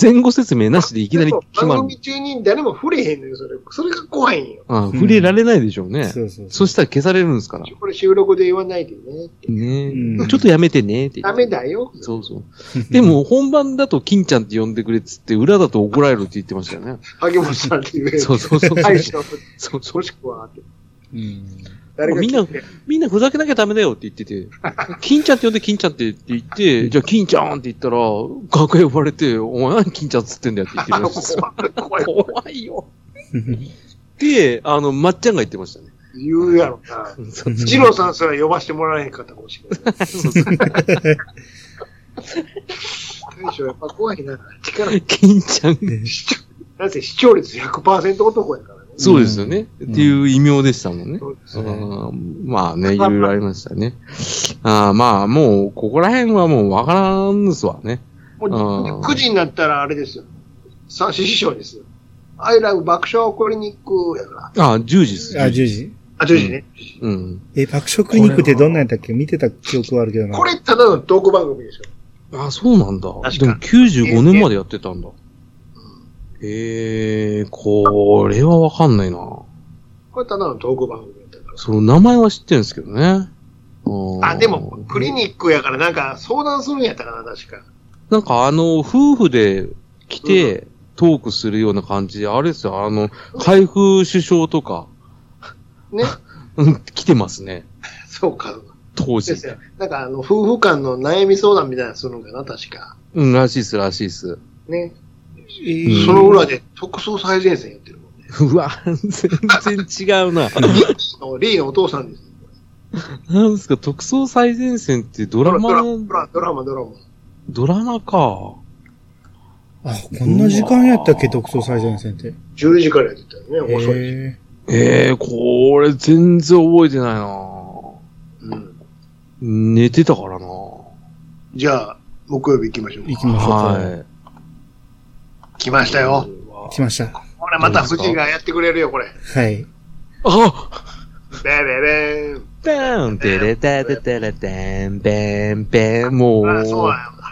Speaker 3: 前後説明なしでいきなり決
Speaker 1: 番
Speaker 3: まる。
Speaker 1: 組中に誰も触れへんのよ、それ。それが怖いんよ。
Speaker 3: ああ触れられないでしょうね。
Speaker 2: そうそうそ
Speaker 3: そしたら消されるんですから。
Speaker 1: これ収録で言わないでね。
Speaker 3: ねえ、
Speaker 2: うん
Speaker 3: ちょっとやめてねって。
Speaker 1: ダメだよ。
Speaker 3: そうそう。でも、本番だと金ちゃんって呼んでくれっつって、裏だと怒られるって言ってましたよね。
Speaker 1: 萩本さんって言え。
Speaker 3: そうそうそう。
Speaker 1: 大将、
Speaker 3: そうそう
Speaker 1: もしくは、って
Speaker 2: う。うん
Speaker 1: 誰が
Speaker 3: みんなみんなふざけなきゃダメだよって言ってて、金ちゃんって呼んで金ちゃんってって言 って、じゃあ金ちゃんって言ったら、楽屋呼ばれて、お前何金ちゃんっつってんだよって言ってるらしいですよ。
Speaker 1: 怖い、怖い、
Speaker 3: 怖いよ。で、あの、まっちゃんが言ってましたね。
Speaker 1: 言うやろな。
Speaker 3: そう
Speaker 1: ジローさんすら呼ばしてもらえへんかったかもしれない。
Speaker 3: そうそう
Speaker 1: 大将やっぱ怖いな。力、
Speaker 3: 金ちゃん。
Speaker 1: 視聴なんせ視聴率100%男やからね。
Speaker 3: そうですよね。
Speaker 2: うん
Speaker 3: っていう異名でしたもんね。
Speaker 1: そうです
Speaker 3: う
Speaker 1: ね
Speaker 3: んまあね、いろいろありましたね。あーまあ、もう、ここら辺はもうわからんですわね。
Speaker 1: もう
Speaker 3: あー
Speaker 1: 9時になったらあれですよ。三師匠ですよ。アイラブ爆笑クリニックやから。
Speaker 3: あー、10時です。
Speaker 2: あ、10時
Speaker 1: あ、10時ね。
Speaker 3: うん。
Speaker 2: え、爆食肉ってどんなんやったっけ見てた記憶はあるけどな。
Speaker 1: これただのトーク番組でしょ。
Speaker 3: あ、そうなんだ。
Speaker 1: 確か
Speaker 3: でも95年までやってたんだ。ええー、これはわかんないな。
Speaker 1: これただのトーク番組やったから。
Speaker 3: その名前は知ってるんですけどね。ー
Speaker 1: あ、でも、クリニックやからなんか相談するんやったかな、確か。
Speaker 3: なんかあの、夫婦で来て、トークするような感じで、あれですよ、あの、開封首相とか、
Speaker 1: ね。
Speaker 3: うん来てますね。
Speaker 1: そうか。
Speaker 3: 当
Speaker 1: で
Speaker 3: 時。
Speaker 1: すよ。なんかあの、夫婦間の悩み相談みたいなのするんかな、確か。
Speaker 3: うん、らしいっす、らしいっす。
Speaker 1: ね。
Speaker 2: えー
Speaker 1: その裏で特捜最前線やってるもんね。
Speaker 3: うわ、全然違う な。
Speaker 1: リーのお父さんですよ。
Speaker 3: なんですか、特捜最前線ってド
Speaker 1: ド
Speaker 3: ラ
Speaker 1: ラ
Speaker 3: マ、
Speaker 1: ドラドラマ、ドラマ。
Speaker 3: ドラマか。
Speaker 2: あ、こんな時間やったっけ特捜最前線って。
Speaker 1: 10時からやってたよね、遅い。
Speaker 2: え
Speaker 3: ええー、これ全然覚えてないな
Speaker 1: うん。
Speaker 3: 寝てたからな
Speaker 1: じゃあ、木曜日行きましょう
Speaker 2: ー、行
Speaker 1: か。
Speaker 2: きましょうか。
Speaker 3: は
Speaker 1: 来ましたよ。
Speaker 3: い。
Speaker 2: 来ました。
Speaker 1: これまた藤井がやってくれるよ、これ。
Speaker 2: はい。
Speaker 3: あ
Speaker 1: べーべーべーん。
Speaker 3: ダーンテレタタタラダンペンペン。も
Speaker 1: あ、そう
Speaker 3: う、
Speaker 1: なんだ。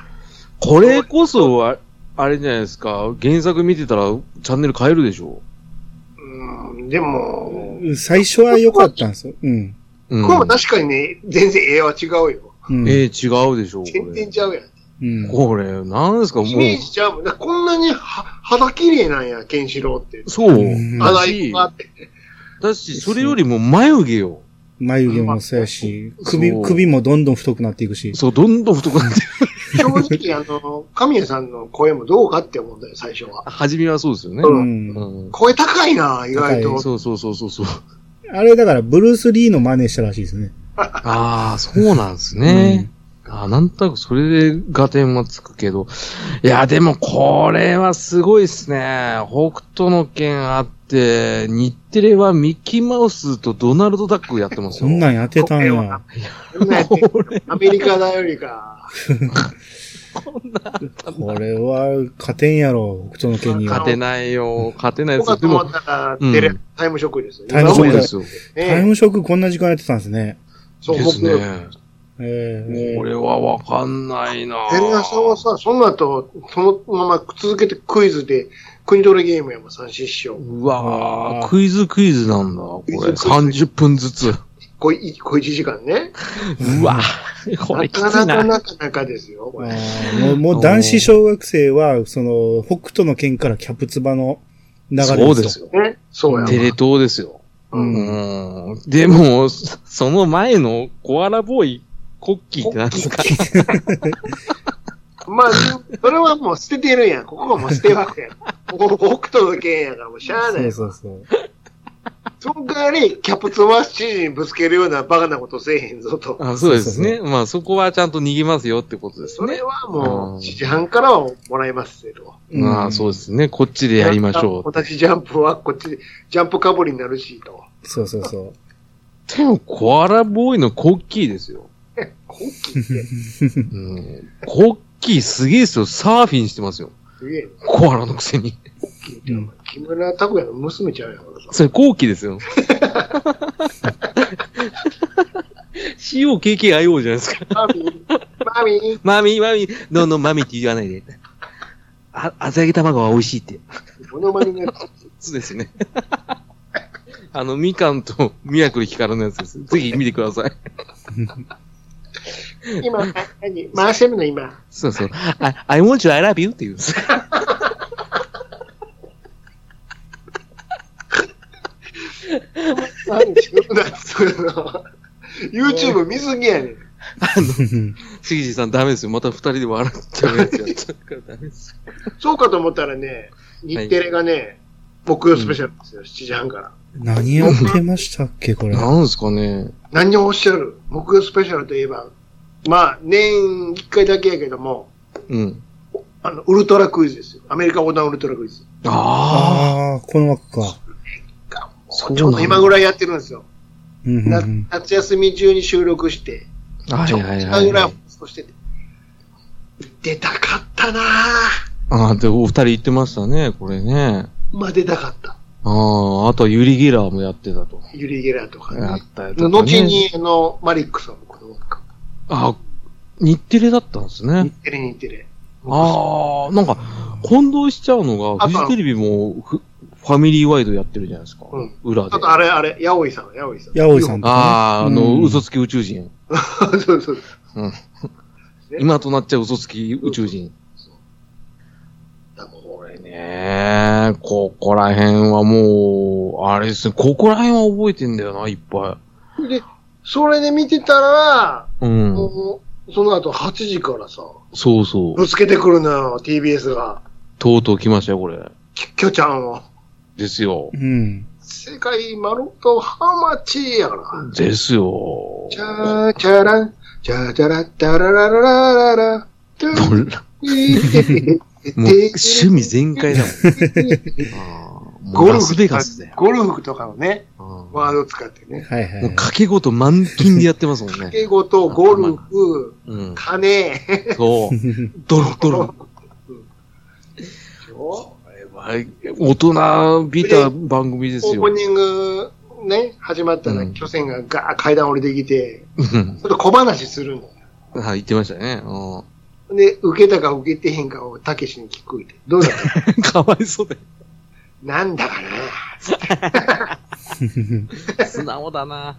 Speaker 3: これこそあ、あれじゃないですか。原作見てたらチャンネル変えるでしょ。
Speaker 1: うん、でも、
Speaker 2: 最初は良かったんですよ。うん。
Speaker 3: う
Speaker 1: これも確かにね、全然絵は違うよ。
Speaker 2: うん。
Speaker 3: ええ違うでしょ、こ
Speaker 1: 全然
Speaker 3: れ。
Speaker 1: ちゃうやん。
Speaker 2: うん。
Speaker 3: これ、なんですか、も
Speaker 1: イメージ
Speaker 3: う。
Speaker 1: ちゃうもん。だからこんなには肌綺麗なんや、ケンシロウって。
Speaker 3: そう
Speaker 2: う。ん
Speaker 3: だ
Speaker 1: 肌色
Speaker 3: し
Speaker 1: が、あって。
Speaker 3: だし、それよりも眉毛よ。
Speaker 2: 眉毛もそうやし、首
Speaker 3: そ、う
Speaker 2: 首もどんどん太くなっていくし。
Speaker 3: そう、どんどん太くなって。
Speaker 1: 正直、あの、 神谷さんの声もどうかって思ったよ、最初は。
Speaker 3: 初めはそうですよね。
Speaker 1: う
Speaker 2: うん。
Speaker 3: うん
Speaker 1: 声高いな、意外と。
Speaker 3: そうそうそうそうそう。
Speaker 2: あれだから、ブルース・リーの真似したらしいですね。
Speaker 3: ああ、そうなんですね。あーなんとなくそれで合点はつくけど。いや、でもこれはすごいっすね。北斗の剣あって、日テレはミッキーマウスとドナルドダックやってます
Speaker 2: そ
Speaker 3: よ。
Speaker 2: んなんやってたん
Speaker 1: これ
Speaker 2: や
Speaker 1: は。そんなやってアメリカだよりか。
Speaker 2: これは、勝てんやろ、北斗の剣には
Speaker 3: 勝。てないよ。勝てないで
Speaker 1: 僕
Speaker 3: すよ。
Speaker 1: はと思
Speaker 3: でも、
Speaker 1: ったら、
Speaker 3: うん
Speaker 1: テレ、タイムショックですよ。
Speaker 2: タイムショッ
Speaker 3: そう
Speaker 1: 今
Speaker 2: ク
Speaker 3: ですよ。
Speaker 1: 思えば
Speaker 2: タイ
Speaker 1: ね
Speaker 2: ムショックこんな時間やってたんですね。
Speaker 1: そう、
Speaker 3: です
Speaker 1: 僕、
Speaker 3: ね。
Speaker 2: ええ
Speaker 3: これはわかんないな
Speaker 1: エレナさんはさ、その後、そのまま続けてクイズで、国取りゲームやもん、三師匠。
Speaker 3: うわ
Speaker 2: あー
Speaker 3: ぁ、クイズクイズなんだ、これ。
Speaker 1: クイズクイ
Speaker 3: 30分ずつ。
Speaker 1: こい、こい1時間ね。
Speaker 3: うわぁ、こ
Speaker 1: な
Speaker 3: れき
Speaker 1: か
Speaker 3: つい
Speaker 1: なか
Speaker 3: な。
Speaker 1: なかなかですよ、こ
Speaker 2: あ
Speaker 1: れ。
Speaker 2: ーもう、もう男子小学生は、その、北斗の剣からキャプツバの流れ
Speaker 3: そうですよ。
Speaker 1: ね。そうやわ
Speaker 3: テレ東ですよ。
Speaker 1: う。
Speaker 3: うんん。でも、そその前のコアラボーイ、コッキーって何ですか
Speaker 1: まあ、それはもう捨ててるやん。ここはもう捨てるやん。ここ北斗の剣やからもうしゃあない
Speaker 2: そう
Speaker 1: わ。
Speaker 2: そうそう。
Speaker 1: その代わり、キャプツは指示にぶつけるようなバカなことせえへんぞと。
Speaker 3: あそうですね。まあそこはちゃんと逃げますよってことです
Speaker 1: そ
Speaker 3: ね
Speaker 1: れ。はもう、
Speaker 3: うん
Speaker 1: 7時半からはもらいますよと。
Speaker 2: うん
Speaker 3: まあそうですね。こっちでやりましょう。
Speaker 1: 同じジャンプはこっちで、ジャンプかぶりになるしと。
Speaker 2: そうそうそう。
Speaker 3: でも、コアラボーイのコッキーですよ。
Speaker 1: え、コッキーって
Speaker 3: うん。コッキーすげえですよ。サーフィンしてますよ。
Speaker 1: すげえな。
Speaker 3: コアラのくせに。
Speaker 2: うん
Speaker 1: 木村拓哉の娘ちゃうやん。俺
Speaker 3: それ、コウキですよ。COKKIO じゃないですか。
Speaker 1: マミー、マミー。
Speaker 3: マミー、マミー、どんどんマミーって言わないで。あ、厚揚げ卵は美味しいって。
Speaker 1: モノマネのやつ。
Speaker 3: そうですね。 あの、みかんとミラクルヒカルのやつです。ぜひ見てください。
Speaker 1: 今、何回せるの今。
Speaker 3: そうそう。I, I want you, I love you って言うんです。
Speaker 1: 何しろなんつうの。YouTube 水着やねん。
Speaker 3: しぎじさんダメですよ。また二人で笑っちゃうやつやっちゃうからダメですよ。
Speaker 1: そうかと思ったらね、日テレがね、木曜スペシャルなんですよ、7時半から。
Speaker 2: 何やってましたっけ、これ。
Speaker 3: なんですかね。
Speaker 1: 何をおっしゃる木曜スペシャルといえば、まあ、年一回だけやけども、
Speaker 3: うん。
Speaker 1: あの、ウルトラクイズですよ。アメリカ横断ウルトラクイズ。
Speaker 3: ああ。
Speaker 2: ああ、この枠か。
Speaker 3: そ
Speaker 1: ちょうど今ぐらいやってるんですよ。
Speaker 2: うんうんう
Speaker 1: なん夏休み中に収録して、
Speaker 3: い。はいはい
Speaker 1: 今
Speaker 3: は
Speaker 1: ぐらい放。
Speaker 3: い
Speaker 1: 送してて。出たかったなぁ。
Speaker 3: ああ、で、お二人言ってましたね、これね。
Speaker 1: まあ、出たかった。
Speaker 3: ああ、あとはユリ・ゲラーもやってたと。
Speaker 1: ユリ・ゲラーとか
Speaker 3: や
Speaker 1: ね
Speaker 3: っ。たりとか、ね。
Speaker 1: 後に、。あの、マリックさんもこの枠
Speaker 3: あ日テレだったんですね
Speaker 1: 日。テレ日テレ。
Speaker 3: ああ、なんか、混同しちゃうのが、
Speaker 1: あ
Speaker 3: フジテレビもフファミリーワイドやってるじゃないですか。
Speaker 1: うん
Speaker 3: 裏
Speaker 1: あ
Speaker 3: で。
Speaker 1: とあれ、あれ、ヤオイさん、ヤオイさん。
Speaker 2: ヤオイさんとか
Speaker 3: あー、あ
Speaker 2: う
Speaker 3: の、
Speaker 2: ん
Speaker 3: 嘘つき宇宙人。
Speaker 1: そうそうそう。
Speaker 3: 今となっちゃう嘘つき宇宙人。
Speaker 1: だからこれね。
Speaker 3: ねえ、ここら辺はもう、あれですね、ここら辺は覚えてんだよな、いっぱ
Speaker 1: で、それで見てたら、
Speaker 3: い。うん。
Speaker 1: もう、その後8時からさ、
Speaker 3: そうそう。
Speaker 1: ぶつけてくるのよ、TBS が。
Speaker 3: とうとう来ましたよ、これ。
Speaker 1: ききょちゃんを。
Speaker 3: ですよ。
Speaker 2: うん。
Speaker 1: 世界マルトハマチやから。
Speaker 3: ですよ。
Speaker 1: チャーチャラン、チャーチャラッタララララララ。トゥ
Speaker 3: もう
Speaker 1: ー
Speaker 3: もう趣味全開だ もん。あーもうラスベガスだよ。
Speaker 1: ゴルフとかのね、
Speaker 3: うん
Speaker 1: ワードを使ってね。
Speaker 2: はいはい
Speaker 3: もう
Speaker 2: はい。
Speaker 3: 掛け事満金でやってますもんね。
Speaker 1: 英語とゴルフ、
Speaker 3: うん。
Speaker 1: 金、
Speaker 3: そう。ドロドロ。
Speaker 1: オ
Speaker 3: はい大人びた番組です
Speaker 1: ー
Speaker 3: よ
Speaker 1: プ。ニングね、始まったら、
Speaker 3: うん
Speaker 1: 巨船がガー階段降りてきて、
Speaker 3: うん
Speaker 1: ちょっと小話するの。
Speaker 3: はい、言ってましたね。う
Speaker 1: で、受けたか受けてへんかをたけしに聞くって。どうだった
Speaker 3: ん かわいそうだよ。
Speaker 1: なんだかな。
Speaker 3: 素直だな。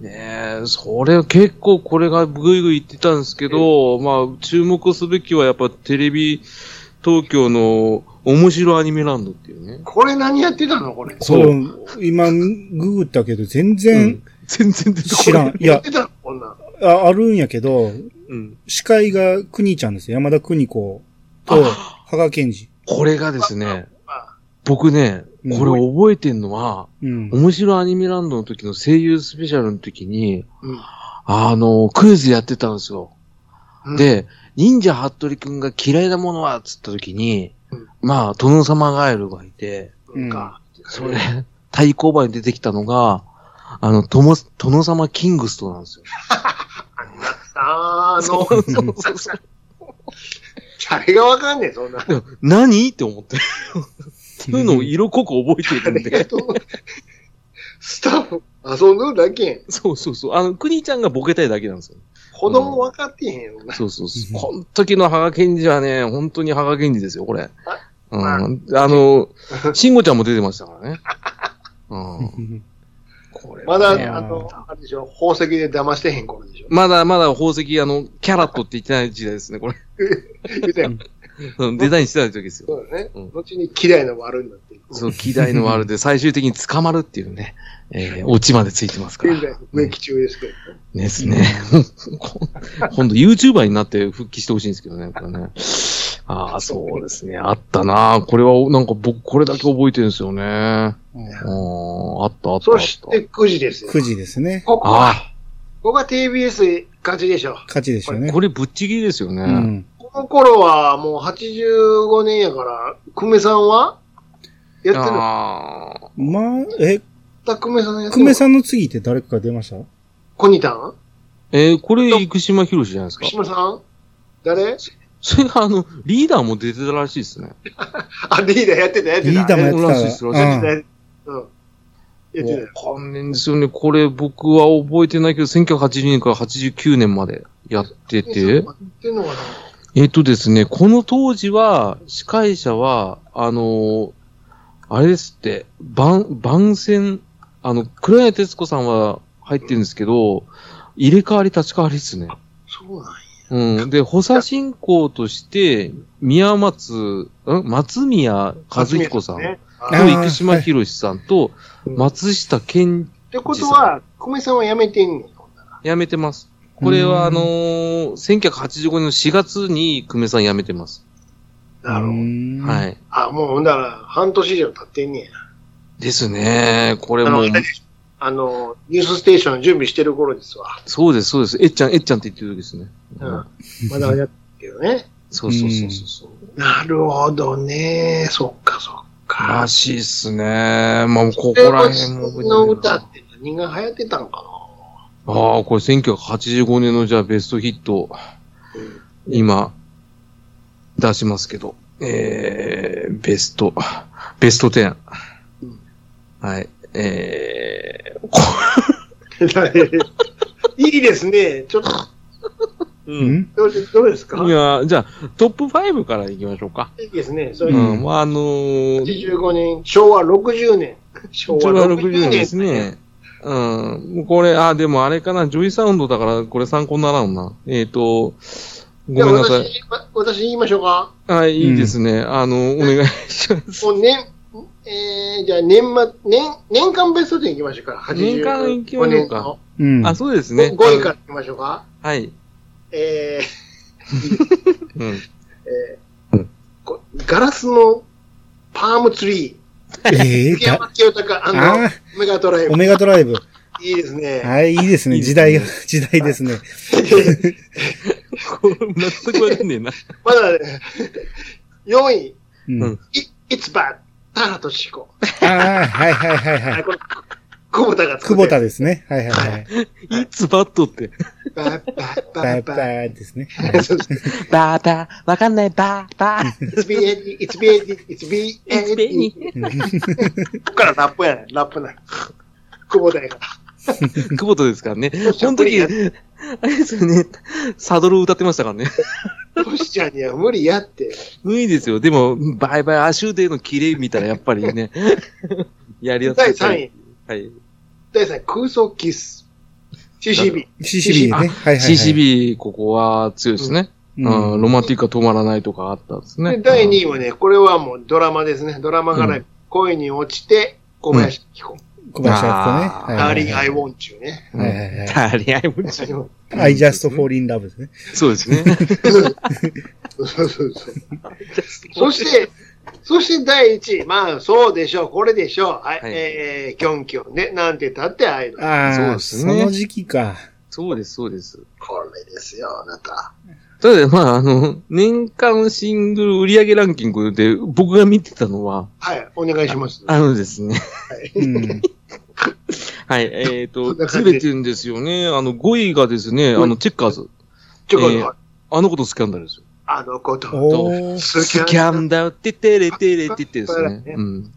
Speaker 3: ねえ、それ結構これがぐいぐい言ってたんですけど、まあ、注目すべきはやっぱテレビ東京の面白アニメランドっていうね。
Speaker 1: これ何やってたのこれ。
Speaker 2: これ。今、ググったけど、全然
Speaker 3: 全然出てこない
Speaker 2: 知らん。い
Speaker 1: やっ
Speaker 2: や
Speaker 1: てたのこんなん。
Speaker 2: あ、あるんやけど、
Speaker 3: うん。
Speaker 2: 司会がくにちゃんですよ。山田くに子と、羽賀健二。
Speaker 3: これがですね
Speaker 1: あ、
Speaker 3: 僕ね、
Speaker 2: うん
Speaker 3: これ覚えてんのは、
Speaker 2: うん。
Speaker 3: 面白アニメランドの時の声優スペシャルの時に、
Speaker 1: うん
Speaker 3: あの、クイズやってたんですよ。
Speaker 1: うん
Speaker 3: で、忍者ハットリくんが嫌いなものは、つった時に、
Speaker 1: うん
Speaker 3: まあ、殿様ガエルがいて、
Speaker 1: うんか。
Speaker 3: それ、対抗馬に出てきたのが、あの、とも、殿様キングストなんですよ。
Speaker 1: あの、
Speaker 3: そうそうそう
Speaker 1: チャレがわかんねえ、そんな。
Speaker 3: でも 何って思って。そういうのを色濃く覚えてるんで。
Speaker 1: とスタッフ遊んどるだけやん。
Speaker 3: そうそうそう。あの、国ちゃんがボケたいだけなんですよ。
Speaker 1: 子供分かってへんよな。
Speaker 3: そうそうそうう。
Speaker 2: ん
Speaker 3: この時のハガケンジはね、本当にハガケンジですよ、これ。う
Speaker 1: まあ
Speaker 3: ん。あの、シンゴちゃんも出てました からね。うん。これ
Speaker 1: ま
Speaker 3: は
Speaker 1: だ、
Speaker 3: ね
Speaker 1: あの、あれでしょ、宝石で騙してへん頃でしょ。
Speaker 3: まだまだ宝石、あの、キャラットって言ってない時代ですね、これ。
Speaker 1: 言うたやん
Speaker 3: うんデザインしてない時ですよ。
Speaker 1: そうだね。
Speaker 3: うん
Speaker 1: 後に嫌いの悪になっていく。
Speaker 3: そう、期待の 悪で最終的に捕まるっていうね、えー、オチまでついてますから。
Speaker 1: 現在、無期中ですけどね。
Speaker 3: ですね。 今度 YouTuber になって復帰してほしいんですけどね、これね。ああ、そうですね。あったなこれは、なんか僕、これだけ覚えてるんですよね。ああ、あった、あった。あ
Speaker 1: そ
Speaker 3: っ
Speaker 1: して9時ですよ。
Speaker 2: 9時ですね。
Speaker 1: ここ
Speaker 3: た。あ
Speaker 1: ここが TBS 勝ちでしょ。
Speaker 2: 勝ちでしょう
Speaker 3: あ、
Speaker 2: ね。
Speaker 3: これぶっちぎりですよね。
Speaker 2: うん。
Speaker 1: この頃はもう85年やから、久米さんはやってるの
Speaker 3: ああ、
Speaker 2: まあ、え、
Speaker 1: た久米さんやって
Speaker 2: 久
Speaker 1: る
Speaker 2: 米
Speaker 1: ん
Speaker 2: さんの次って誰かが出ました
Speaker 1: コニタン
Speaker 3: えーこれ、生島博士じゃないですか
Speaker 1: 福。島さん誰
Speaker 3: それが、あの、リーダーも出てたらしいですね。
Speaker 1: あ、リーダーやってた、やってた。
Speaker 2: リーダーもや
Speaker 3: ラ
Speaker 2: って
Speaker 3: ス
Speaker 2: た
Speaker 3: ト
Speaker 2: わ。
Speaker 3: ラ
Speaker 1: やってた。うん。やってたよ。
Speaker 3: わかんねえんですよね。これ僕は覚えてないけど、1982年から89年までやってて
Speaker 1: や、ってんのかな
Speaker 3: えっとですね、この当時は、司会者は、あのーあれですって、番、番宣、あの、黒谷徹子さんは入ってるんですけど、入れ替わり立ち替わりですね。
Speaker 1: そうなんや。
Speaker 3: うん。で、補佐進行として、宮松、ん松宮和彦さん
Speaker 1: ね
Speaker 3: と
Speaker 2: あー
Speaker 3: 生島博さんと
Speaker 1: うん
Speaker 3: 松下健
Speaker 1: ってことは、久米さんは辞めてんねん。
Speaker 3: 辞めてます。これは、あ
Speaker 2: うん
Speaker 3: のー、1985年の4月に久米さん辞めてます。
Speaker 1: なるほど。
Speaker 2: ど。
Speaker 3: はいい。
Speaker 1: あ、もうほんだら、半年以上経ってんねや。
Speaker 3: ですね。これ
Speaker 1: あの
Speaker 3: もう
Speaker 1: あれ、でしょあの、ニュースステーション準備してる頃ですわ。
Speaker 3: そうです、そうです。えっちゃん、えっちゃんって言ってる時ですね。
Speaker 1: うん。まだやってるよね。
Speaker 3: そうそうそうそうそう。
Speaker 1: なるほどね。そっかそっ
Speaker 3: ら
Speaker 1: か。
Speaker 3: しいっすね。まあ、ここら辺も覚えてないな
Speaker 1: の歌って何が流行ってたんか
Speaker 3: ああ、これ1985年のじゃあベストヒット、
Speaker 1: な。
Speaker 3: 今、出しますけど。えー、ベスト、ベスト10
Speaker 1: うん。
Speaker 3: はい。えー、
Speaker 1: いいですね。ちょっと、
Speaker 3: う
Speaker 2: う。ん
Speaker 1: どうどうですか
Speaker 3: いや、じゃあ、トップ5から行きましょうか。
Speaker 1: いいですね。そう
Speaker 3: う
Speaker 1: いうん
Speaker 3: ん、まあ、あのー、
Speaker 1: 85年、昭和60年。昭
Speaker 3: 昭和60年です。ね。うん、これ、あ、でもあれかな、ジョイサウンドだから、これ参考にならんな。えっ、と、
Speaker 1: じ
Speaker 3: ごめ
Speaker 1: ゃあ
Speaker 3: んなさい。
Speaker 1: 私、わ私言いましょうか。
Speaker 3: はい、いいですね。あの、お願いします。
Speaker 1: もう年、えー、じゃあ年末、年、年間ベスト10いきましょうか。
Speaker 3: 年間行きま
Speaker 1: 85
Speaker 3: しょ
Speaker 1: 年
Speaker 3: うか
Speaker 1: の
Speaker 2: うん。
Speaker 3: あ、そうですね。
Speaker 1: 5位からいきましょうか。
Speaker 3: あの。はい。
Speaker 1: えー、
Speaker 3: うん。
Speaker 1: え
Speaker 3: う
Speaker 1: ーこガラスのパームツリ
Speaker 2: え
Speaker 1: ー、
Speaker 2: えー
Speaker 1: 杉山清隆
Speaker 2: あー
Speaker 1: オメガドライ
Speaker 2: オ
Speaker 1: ブ。
Speaker 2: メガドライブ。
Speaker 1: いいですね。
Speaker 2: はい、いいです
Speaker 3: い
Speaker 2: ね。
Speaker 3: いで
Speaker 2: 時
Speaker 3: すね
Speaker 2: 代が、時代ですね。
Speaker 3: これ全くわかんねえな。
Speaker 1: まだね、4位、
Speaker 2: うん。
Speaker 3: うん
Speaker 1: い、いつば、田原俊彦。
Speaker 2: ああ、はいはいはいは
Speaker 1: はい、
Speaker 2: い。
Speaker 1: これ、久保田が作
Speaker 2: 久
Speaker 1: って
Speaker 2: 保田ですね。はいはいはい。
Speaker 3: いつバットって。
Speaker 1: バッバッバ
Speaker 2: バ
Speaker 1: ッ
Speaker 2: イ
Speaker 1: バッ。
Speaker 2: バイですね。
Speaker 1: そうそう
Speaker 3: バーバー、わかんない、バーバー。
Speaker 1: It's be any, it's be any, it's be any. ここからラップやねラップな。久保田やか
Speaker 3: 久保田ですからね。
Speaker 1: ら。
Speaker 3: この時、あれですよね。サドル歌ってましたからね。
Speaker 1: トシちゃんには無理やって。
Speaker 3: 無理ですよ。でも、バイバイ、アシューデーの綺麗見たらやっぱり ね、やりやす
Speaker 1: 第
Speaker 3: い。
Speaker 1: 3位、
Speaker 3: はい。
Speaker 1: 第3位、空想キス。CCB。
Speaker 2: CCB ね。はいはいはい。。
Speaker 3: CCB、ここは強いですね。うん、ロマンティックが止まらないとかあったんですね
Speaker 1: で。第2位はね、これはもうドラマですね。ドラマから恋に落ちて、小林彦。
Speaker 2: 小林敦子ね。
Speaker 3: うん
Speaker 1: ダ
Speaker 2: は
Speaker 1: ー
Speaker 2: い
Speaker 1: リン・アイ・ウォンチューね。
Speaker 3: うん。
Speaker 2: はいはいはい
Speaker 3: 足り合いも
Speaker 1: そ
Speaker 3: 違う。
Speaker 1: う
Speaker 2: はい。I just fall in love ですね。
Speaker 3: そうですね。
Speaker 1: そうそう。そして、そして第1位。まあ、そうでしょう。これでしょう。はい。
Speaker 3: はい
Speaker 1: えー、キョンキョンね。なんてたってアイドル。
Speaker 2: ああ、
Speaker 3: そうですね
Speaker 2: その時期か。
Speaker 3: そうです、そうです。
Speaker 1: これですよ、あなた。
Speaker 3: ただ、まあ、あの、年間シングル売上ランキングで僕が見てたのは、
Speaker 1: はい。お願いします。
Speaker 3: あのです ね。
Speaker 2: うん。
Speaker 3: はい、えっ、
Speaker 1: そ
Speaker 3: と
Speaker 1: んな、
Speaker 3: ず
Speaker 1: 感じ
Speaker 3: れてるんですよね。あの、5位がですね、あの、チェッカーズ。
Speaker 1: ちょこっと、
Speaker 3: えーあのことスキャンダルですよ。
Speaker 1: あのこと。
Speaker 2: おー。
Speaker 1: ス
Speaker 3: スキャンダルってテレテレって言ってです
Speaker 1: ね
Speaker 3: ね。うん。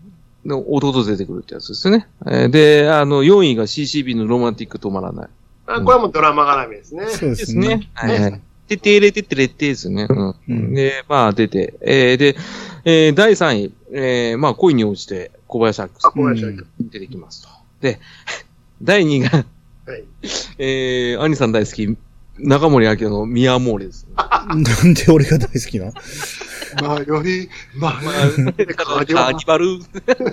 Speaker 3: の弟出てくるってやつですよね。えーで、あの、4位が CCB のロマンティック止まらない。
Speaker 1: あこれはもうドラマ絡みですね。
Speaker 2: そうで
Speaker 3: ですす
Speaker 2: ね。
Speaker 3: ね。はいはい。で、てれてってれってですよね。うん。
Speaker 2: うん
Speaker 3: で、まあ出て、えーで、えー第3位、えーまあ恋に応じて小林明
Speaker 1: あ、
Speaker 3: 子
Speaker 1: 小林明子
Speaker 3: 出てきますと。で、 第2位が、
Speaker 1: はい。
Speaker 3: えー、兄さん大好き、中森明菜のミアモーレです、ね。
Speaker 2: なんで俺が大好きな
Speaker 1: まあ、より、まあ、
Speaker 3: だから、カーニバル、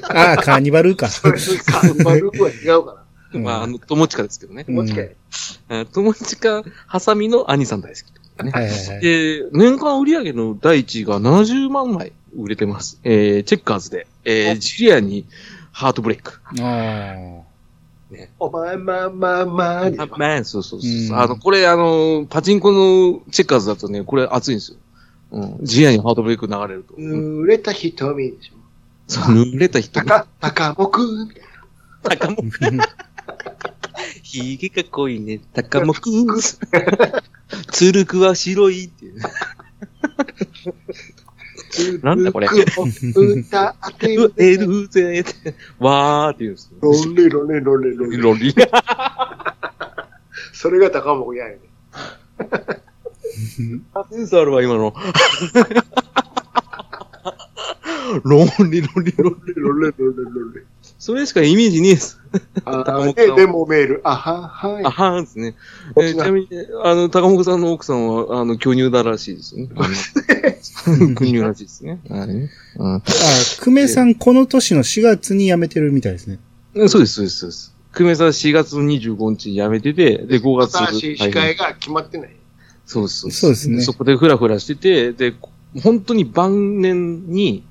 Speaker 2: ああ、カーニバルーか。
Speaker 1: それか、まあ、ルークは違うから。
Speaker 2: うん
Speaker 3: まあ、あの、友近ですけどね。
Speaker 1: もう一回。
Speaker 3: うん友近、ハサミの兄さん大好きってことね。
Speaker 2: はいはいはい。
Speaker 3: で、年間売上の第1位が70万枚売れてます。えー、チェッカーズで、えー、ジュリアにハートブレイク。
Speaker 2: あ
Speaker 1: お前、まあまあまあ、
Speaker 3: あ、まあ、そうそうそうそう
Speaker 2: うん
Speaker 3: あの、これ、あの、パチンコのチェッカーズだとね、これ熱いんですよ。うん。ジュリアにハートブレイク流れると。
Speaker 1: 濡れた瞳でしょ。
Speaker 3: そう、濡れた人
Speaker 1: たか、たかもく、みたい
Speaker 3: 高も、
Speaker 2: あ。
Speaker 3: ひげが濃いね、高もくん。つるくは白いっていう。
Speaker 1: な。
Speaker 3: なんだこれ
Speaker 1: ルークを歌ってる。
Speaker 3: えるぜって、わーって言うんですよ。
Speaker 1: ロレロレロレロレ。
Speaker 3: ロリ。
Speaker 1: それが高もくやんね。
Speaker 3: センスあるわ、今 の。ロンリロリロリ。
Speaker 1: ロレロレロレ。
Speaker 3: それしかイメージねえっす。
Speaker 1: ああ、で、でもメール。あは、はい
Speaker 3: あ。はーんですね。えーちなみに、あの、高本さんの奥さんは、あの、巨乳だらしいですね。 巨乳らしいですね。はいうん
Speaker 2: 久米さん、この年の4月に辞めてるみたいですね。
Speaker 3: うんそうです、そうです、そうです。久米さん4月の25日に辞めてて、で、5月
Speaker 1: 新しい司
Speaker 3: はい
Speaker 1: 会が決まってない。
Speaker 3: そうです、
Speaker 2: そうですね。
Speaker 3: そこでフラフラしてて、で、こ本当に晩年に、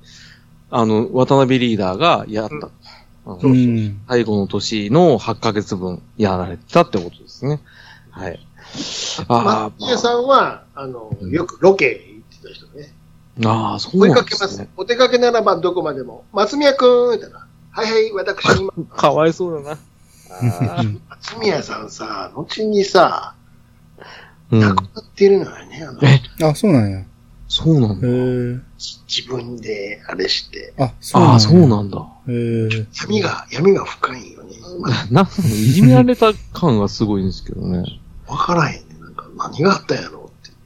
Speaker 3: あの、渡辺リーダーがやった。うん
Speaker 1: そうそうそうん
Speaker 3: 最後の年の8ヶ月分やられてたってことですね。はい。
Speaker 1: マッ
Speaker 3: あー、
Speaker 1: チェさんは、あの、よくロケ行ってた人ね。
Speaker 3: ああ、そう
Speaker 1: 追い
Speaker 3: な
Speaker 1: か
Speaker 3: んで
Speaker 1: けますす
Speaker 3: ね。。
Speaker 1: お出かけならばどこまでも。松宮くん、ってな。はいはい、私今。
Speaker 3: かわいそうだな。あー
Speaker 1: 松宮さんさ、後にさ、
Speaker 3: うん
Speaker 1: 亡くなってるのよね。あの
Speaker 3: え
Speaker 2: あ、そうなんや。へ
Speaker 3: そうなんだ。
Speaker 2: え。
Speaker 1: 自分で、あれして。
Speaker 2: あ、そうなんや。
Speaker 3: ああ、そうなんだ。
Speaker 2: へえ。
Speaker 1: 闇が、闇が深いよね。まあ
Speaker 3: なんか、いじめられた感がすごいんですけどね。
Speaker 1: わからへんね。なんか、何があったんやろうって。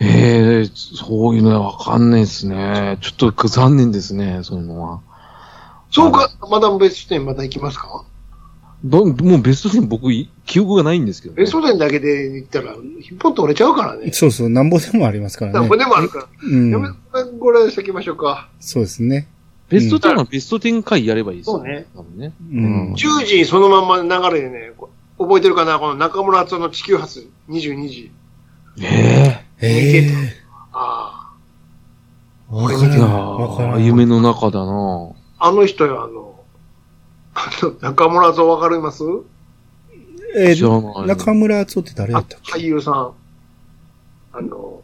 Speaker 3: ええそういうのはわかんないですね。ちょっと残念ですね、そういうのは。
Speaker 1: そうか、マダムベストテンまた行きますか
Speaker 3: どもうベスト10僕、い記憶がないんですけど、ね。
Speaker 1: ベストテンだけで行ったら、一本取れちゃうからね。
Speaker 2: そうそう、なんぼでもありますから
Speaker 1: なん
Speaker 2: ね
Speaker 1: ぼ。でもあるから。
Speaker 2: うん
Speaker 1: や。め、ご覧しておきましょうか。
Speaker 2: そうですね。
Speaker 3: ベスト10はベスト10回やればいいですよ
Speaker 1: そうね。
Speaker 3: 多分ね。
Speaker 2: うん。
Speaker 1: 10時そのまんま流れでね、こ覚えてるかなこの中村敦夫の地球発22時。
Speaker 3: え
Speaker 2: ええ。
Speaker 1: あ
Speaker 2: わ
Speaker 3: え
Speaker 2: からん。わから
Speaker 3: あ
Speaker 2: ん。
Speaker 3: 夢の中だな
Speaker 1: あ。あの人よ、あの、あの、中村敦夫わかります
Speaker 2: え
Speaker 3: 知らない
Speaker 2: 中村敦夫って誰だ
Speaker 1: あ
Speaker 2: ったっけ
Speaker 1: 俳優さん。あの、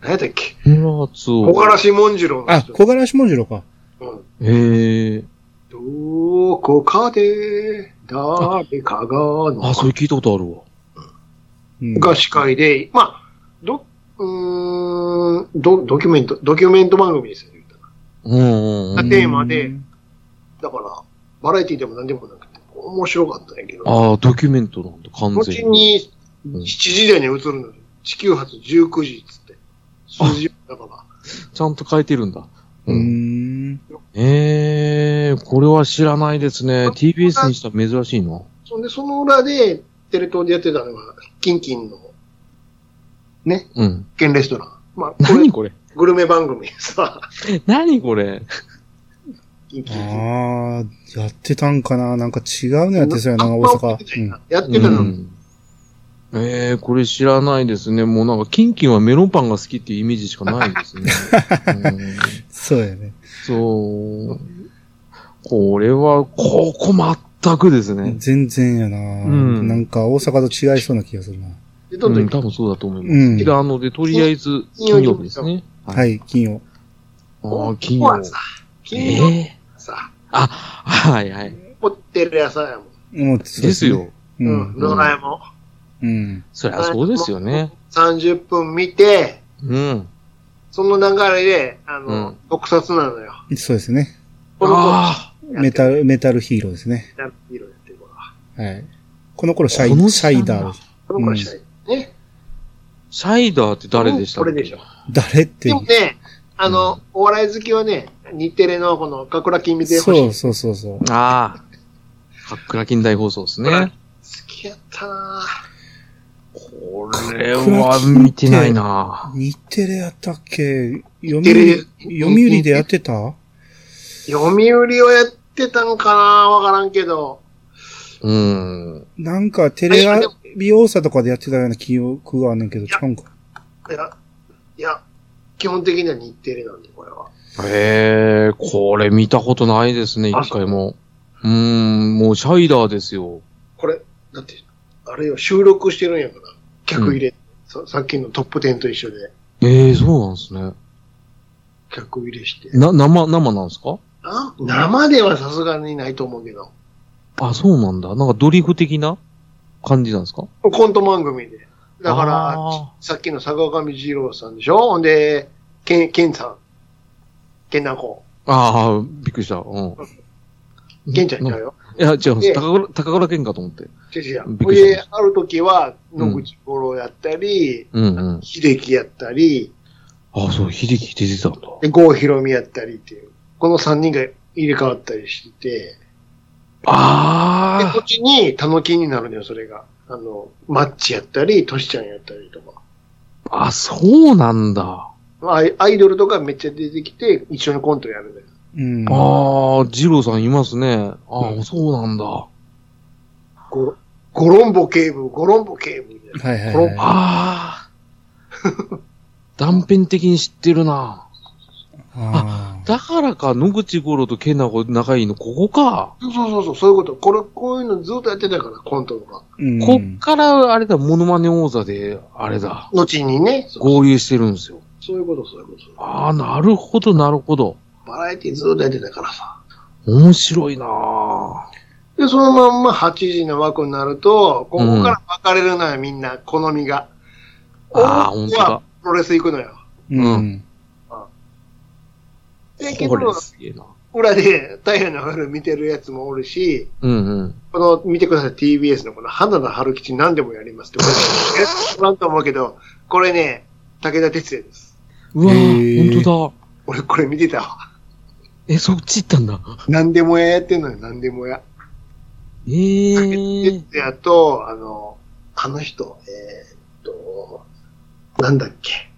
Speaker 1: 何やったっけ
Speaker 3: 村厚
Speaker 1: 小
Speaker 3: を。
Speaker 1: 柄志文次郎の
Speaker 2: あ、
Speaker 1: 人。
Speaker 2: 小柄志文次郎か。
Speaker 1: うん
Speaker 3: ええ
Speaker 1: どこかで、誰かがの、
Speaker 3: あ、それ聞いたことあるわ。
Speaker 2: うん
Speaker 1: が司会で、まあ、ど、うーん、ド、ドキュメント、ドキュメント番組ですよ、言ったら
Speaker 3: うんうんうん。
Speaker 1: が
Speaker 3: あ
Speaker 1: テーマで。だから、バラエティでも何でもなくて、面白かったんやけど、
Speaker 3: あー、ドキュメントなんだ、完
Speaker 1: 後
Speaker 3: 全に。
Speaker 1: に
Speaker 3: うん
Speaker 1: 7時台に移るのよ。地球発19時っつって。数字だから。
Speaker 3: ちゃんと変えてるんだ。
Speaker 2: う
Speaker 3: うん。
Speaker 2: ん。
Speaker 3: ええこれは知らないですね。
Speaker 1: あ
Speaker 3: TBS にしたら珍しいな。
Speaker 1: そんで、その裏で、テレ東でやってたのが、キンキンの、ね、
Speaker 3: うん。
Speaker 1: 一軒レストラン。まあ、これ
Speaker 3: 何、これ
Speaker 1: グルメ番組さ、
Speaker 3: 何これ
Speaker 1: キンキン。
Speaker 2: ああ、やってたんかななんか違うのやってそうやな、大阪。うん
Speaker 1: やってた
Speaker 3: う
Speaker 1: の。
Speaker 3: んええこれ知らないですね。もうなんか、キンキンはメロンパンが好きっていうイメージしかないですね。うん
Speaker 2: そうやね。
Speaker 3: そう。これは、ここ全くですね。
Speaker 2: 全然やな。
Speaker 3: ん
Speaker 2: なんか大阪と違いそうな気がするな。
Speaker 1: で、ど
Speaker 3: うん
Speaker 1: どん
Speaker 3: ん、
Speaker 1: 行
Speaker 3: 多分そうだと思います。
Speaker 2: うん
Speaker 3: 違うので、とりあえず、
Speaker 1: 金曜
Speaker 3: 金
Speaker 1: 日
Speaker 3: 曜日ですね。
Speaker 2: は。い、金曜。
Speaker 3: ああ、金
Speaker 1: ここは
Speaker 3: 曜。
Speaker 1: さ、金
Speaker 3: え
Speaker 1: 曜日
Speaker 3: え
Speaker 1: さ、
Speaker 3: あ、はいはい。
Speaker 1: 持ってる野菜やもん。
Speaker 2: もう、そう
Speaker 3: です
Speaker 2: ね。
Speaker 3: よ。
Speaker 2: う。
Speaker 1: うんん、ドラえもん。
Speaker 2: うん。
Speaker 3: そりゃそうですよね。
Speaker 1: 30分見て、
Speaker 3: うん。
Speaker 1: その流れで、あ
Speaker 3: う
Speaker 1: の
Speaker 3: ん、
Speaker 1: 特撮なのよ。
Speaker 2: そうですね。
Speaker 1: この子
Speaker 3: ああ
Speaker 2: メタル、メタルヒーローですね。
Speaker 1: ダンピーロやってるから。
Speaker 2: はい。この頃シャイ、
Speaker 3: この
Speaker 2: シャイダーです。
Speaker 1: この頃したい。ね。
Speaker 3: シャイダーって誰でしたっ
Speaker 1: こ
Speaker 3: け
Speaker 1: れでしょ。
Speaker 2: 誰って
Speaker 1: でもね、あの、お笑い好きはね、日テレのこの、かくらき見てほしい。
Speaker 2: そう
Speaker 1: 好
Speaker 2: そうそうそう。
Speaker 3: ああ。かっくら近代放送です
Speaker 1: うん
Speaker 3: ね。
Speaker 1: きやったなぁ
Speaker 3: これは見てないな
Speaker 2: 日テレやったっけ読
Speaker 1: テレ
Speaker 2: 売、読売でやってた
Speaker 1: 読売をやってたんかなわからんけど。
Speaker 3: うん。
Speaker 2: なんかテレ
Speaker 1: あいやでも
Speaker 2: ビ大阪とかでやってたような記憶があんねんけど、ちゃうんか。
Speaker 1: いや、いや、基本的には日テレなんで、これは。
Speaker 3: へえ、これ見たことないですね、
Speaker 1: あ
Speaker 3: 一回も。うーん、もうシャイダーですよ。
Speaker 1: これ、だって、あれよ、収録してるんやから。客入れ、ささっきのトップ10と一緒で、
Speaker 3: ええそうなんですね。
Speaker 1: 客入れして。
Speaker 3: な、生、生なんですか
Speaker 1: あ生ではさすがにないと思うけど。
Speaker 3: あ、そうなんだ。なんかドリフ的な感じなんですか
Speaker 1: コント番組で。だから
Speaker 3: あ、
Speaker 1: さっきの坂上二郎さんでしょほんで、ケン、ケンさん。ケンナコ。
Speaker 3: ああ、びっくりした。うん。
Speaker 1: ケンちゃんちゃ
Speaker 3: う
Speaker 1: うよ。
Speaker 3: いや、違うん
Speaker 1: で
Speaker 3: です。高倉高倉健かと思って。
Speaker 1: 違う違う。
Speaker 3: びっ
Speaker 1: ほ
Speaker 3: く
Speaker 1: い
Speaker 3: りしました
Speaker 1: で、ある時は、野口五郎やったり、
Speaker 3: うんうん。
Speaker 1: 秀樹やったり、
Speaker 3: あ、そう、秀樹出てたんだ。
Speaker 1: で郷ひろみやったりっていう。この三人が入れ替わったりしてて、で、
Speaker 3: あ
Speaker 1: こっちに、たのきになるのよ、それが。あの、マッチやったり、トシちゃんやったりとか。
Speaker 3: あ、あ、そうなんだ。
Speaker 1: まあアイアイドルとかめっちゃ出てきて、一緒にコントやるのよ。
Speaker 2: うん。
Speaker 3: ああ、二郎さんいますね。あ
Speaker 1: う
Speaker 3: あ、そうなんだ。
Speaker 1: ゴゴロンボ警部、ゴロンボ警部みたいな。
Speaker 2: はいはいはい。あ
Speaker 3: ああ。断片的に知ってるな。
Speaker 2: あ
Speaker 3: だからか、野口五郎と健奈子仲いいの、ここか。
Speaker 1: そうそうそう、そういうこと。これ、こういうのずっとやってたから、コントとか。
Speaker 2: うん
Speaker 3: こっから、あれだ、モノマネ王座で、あれだ、
Speaker 1: 後にね、そう
Speaker 3: 合流してるんですよ。
Speaker 1: そういうこと、そういうこと。
Speaker 3: ああ、なるほど、なるほど。
Speaker 1: バラエティずっとやってたからさ。
Speaker 3: 面白いなあ
Speaker 1: で、そのまんま8時の枠になると、ここから分かれるのよ、みんな、好みが。
Speaker 3: あ
Speaker 1: 多
Speaker 3: あ、本
Speaker 1: く
Speaker 3: 当
Speaker 1: は
Speaker 3: だ。
Speaker 1: プロレス行くのよ。
Speaker 2: うん。
Speaker 3: う
Speaker 1: で、結
Speaker 3: これ
Speaker 1: 構、
Speaker 3: すげえな。
Speaker 1: 裏で、太陽の夜見てるやつもおるし、
Speaker 3: うんうん。
Speaker 1: この、見てください、TBS のこの、花田春吉何でもやりますって、これ、知らんと思うけど、これね、武田鉄矢です。
Speaker 3: うわあ、
Speaker 2: へー
Speaker 3: 本当だ。
Speaker 1: 俺、これ見てたわ。
Speaker 3: え、そっち行ったんだ。
Speaker 1: 何でも屋やってんのよ、何でも屋。
Speaker 3: ええ
Speaker 1: 鉄矢と、あの、あの人、えーっと、なんだっけ。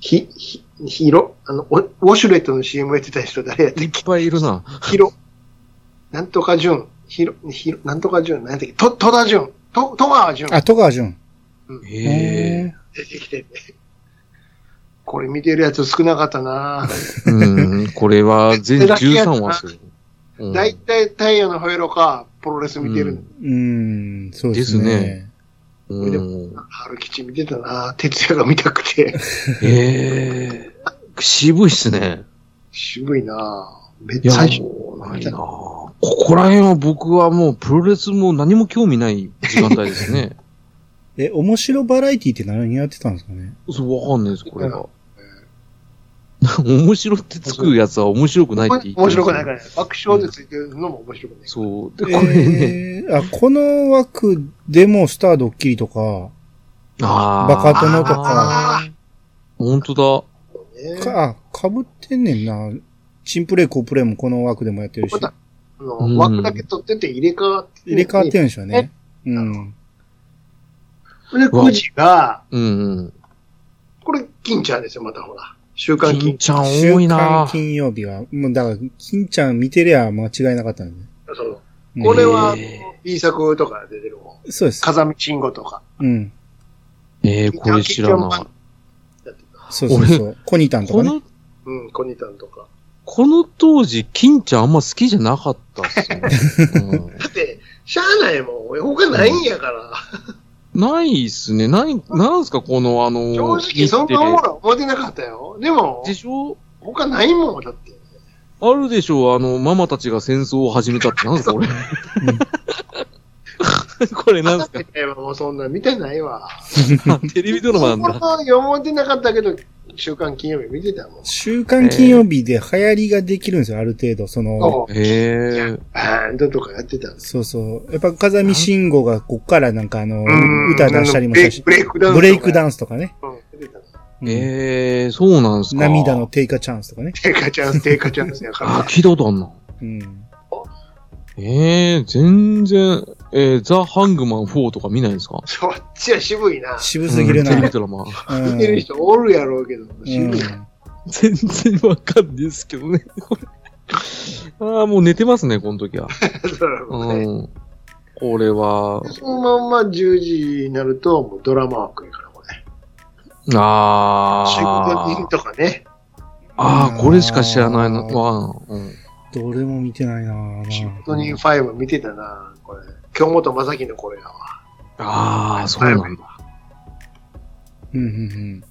Speaker 1: ひ、ひ、ひろあの、おウォシュレットの CM やってた人誰やった
Speaker 3: い
Speaker 1: っ
Speaker 3: っぱいいるな。
Speaker 1: けひろ。 なんとかじゅん。ひろ、ひろ、なんとかじゅん。なんやったっけ。と、戸田じゅん。と、戸川じゅん。
Speaker 2: あ、戸川淳。
Speaker 3: へえ。
Speaker 1: 出てきてね。これ見てるやつ少なかったなぁ。
Speaker 3: うん、これは全13話 する。うん
Speaker 1: だいたい太陽の吠えろか、プロレス見てるの。
Speaker 2: うん、そうですね。
Speaker 3: ですねうん
Speaker 1: 春吉見てたなぁ。徹夜が見たくて。
Speaker 3: へえ。渋いっすね。
Speaker 1: 渋いなぁ。めっ
Speaker 3: い
Speaker 1: ちゃ
Speaker 3: や、
Speaker 1: 最初。
Speaker 3: もうないなここら辺は僕はもうプロレスも何も興味ない時間帯で すね。
Speaker 2: え、面白バラエティって何やってたんですかね
Speaker 3: そう、わかんないです、これが。 面白ってつくやつは面白くないって言って
Speaker 1: 面白くない
Speaker 3: ら。
Speaker 1: からね。爆笑でついてるのも面白くない。
Speaker 3: そう。で、これね。
Speaker 2: えー、あ、この枠でもスタードッキリとか、
Speaker 3: あ
Speaker 2: バカ
Speaker 1: 殿
Speaker 2: 殿
Speaker 1: とか
Speaker 2: とか、
Speaker 3: 本当
Speaker 1: ね
Speaker 2: か、あ、かぶってんねんな。チンプレイ、コプレイもこの枠でもやってるし
Speaker 1: ま。たあの、
Speaker 3: うん
Speaker 1: 枠だけ取ってて入れ替わって。
Speaker 2: 入れ替わってるんでしょうね。うん。
Speaker 1: で、くじが、
Speaker 3: だ。うんうん。
Speaker 1: これ、金ちゃんですよ、またほら。週刊
Speaker 3: 金
Speaker 1: 金。
Speaker 3: ちゃん
Speaker 2: 週
Speaker 3: 多い
Speaker 2: 刊
Speaker 3: な
Speaker 2: 金曜日は、もうだから、金ちゃん見てりゃ間違いなかったんで。
Speaker 1: そう
Speaker 2: うん
Speaker 1: これは
Speaker 3: えー、
Speaker 1: B 作とか出てるもん。
Speaker 2: そうです。
Speaker 1: 風見慎吾とか。
Speaker 2: うん。
Speaker 3: ええ、これ知らない。
Speaker 1: やってた
Speaker 2: そうそうそう。コニタンと
Speaker 3: こ
Speaker 2: かね。
Speaker 3: の
Speaker 1: うん、コニタンとか。
Speaker 3: この当時、金ちゃんあんま好きじゃなかったっすね。
Speaker 1: だって、しゃあないもん。他ないんやから。
Speaker 3: うんないっすね。何、なんすか、この、あの、
Speaker 1: 正直、そんなものは思ってなかったよ。でも
Speaker 3: で、しょ
Speaker 1: 他ないもん、だって。
Speaker 3: あるでしょあの、ママたちが戦争を始めたって、なんすか、こ れ。 これなんすか
Speaker 1: え、もうそんな見てないわ。
Speaker 3: テレビドラマなんだ。
Speaker 1: 心は思ってなかったけど、週刊金曜日見てたもん。
Speaker 2: 週刊金曜日で流行りができるんですよ、ある程度。その、
Speaker 1: そう
Speaker 3: へえ。
Speaker 1: バーンドとかやってたんです。
Speaker 2: そうそう。やっぱ風見慎吾がこっからなんかあの
Speaker 1: うん、
Speaker 2: 歌出したりもしたし、
Speaker 1: ブレイクダウン。
Speaker 2: ブレイクダ
Speaker 1: ン
Speaker 2: ンスとかね。
Speaker 1: ス。うん、出てたの。
Speaker 2: うん
Speaker 3: ええ、そうなんですか。
Speaker 2: 涙の。低下チャンスとかね。
Speaker 1: テイカちゃん、テイカちゃんですよ。
Speaker 3: あ、聞いたことあんな。
Speaker 2: うん。
Speaker 3: ええ、全然、えー、ザ・ハングマン4とか見ないんですか
Speaker 1: そっちは渋いな。
Speaker 2: 渋すぎるな。
Speaker 3: うんテレビ
Speaker 2: う
Speaker 3: ドラマ。
Speaker 1: 見てる
Speaker 2: ん。
Speaker 1: 人おるやろうけど、
Speaker 2: う
Speaker 1: 渋いな。
Speaker 2: ん
Speaker 3: 全然わかんないですけどね。これああ、もう寝てますね、この時は。
Speaker 1: そうなのね
Speaker 3: うん。これは、
Speaker 1: そのまんま10時になると、もうドラマ枠やから、これ。中国
Speaker 3: あ
Speaker 1: 人とかね。
Speaker 3: あ。ああ、これしか知らないの。わ、うん、
Speaker 2: どれも見てないなぁ
Speaker 1: シフト人5見てたな、これ。京本正樹のこれやわ。
Speaker 3: ああ、そうなんだ。
Speaker 2: うんうん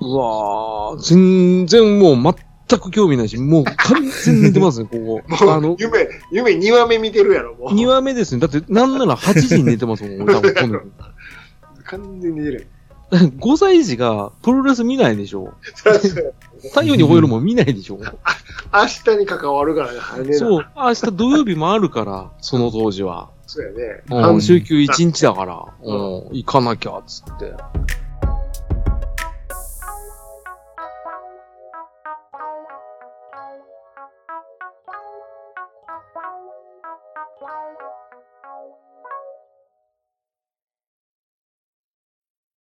Speaker 3: うわあ、全然もう全く興味ないし、もう完全に寝てますね、 ここ。あ
Speaker 1: もう
Speaker 3: の、
Speaker 1: 夢、夢2話目見てるやろ、もう。
Speaker 3: 2話目ですね。だって、なんなら8時に寝てますもん、俺多分今度。
Speaker 1: 完全に出る。
Speaker 3: 5歳児がプロレス見ないでしょ。
Speaker 1: そりゃそうや
Speaker 3: 太陽に吠えるもん見ないでしょ。
Speaker 1: 明日に関わるからね、あれね。
Speaker 3: そう、明日土曜日もあるから、その当時は。
Speaker 1: そうやね。
Speaker 3: う
Speaker 1: あ
Speaker 3: ん、
Speaker 1: の
Speaker 3: 週休1日だから、う、
Speaker 1: うん
Speaker 3: 行かなきゃ、つって。
Speaker 4: Thank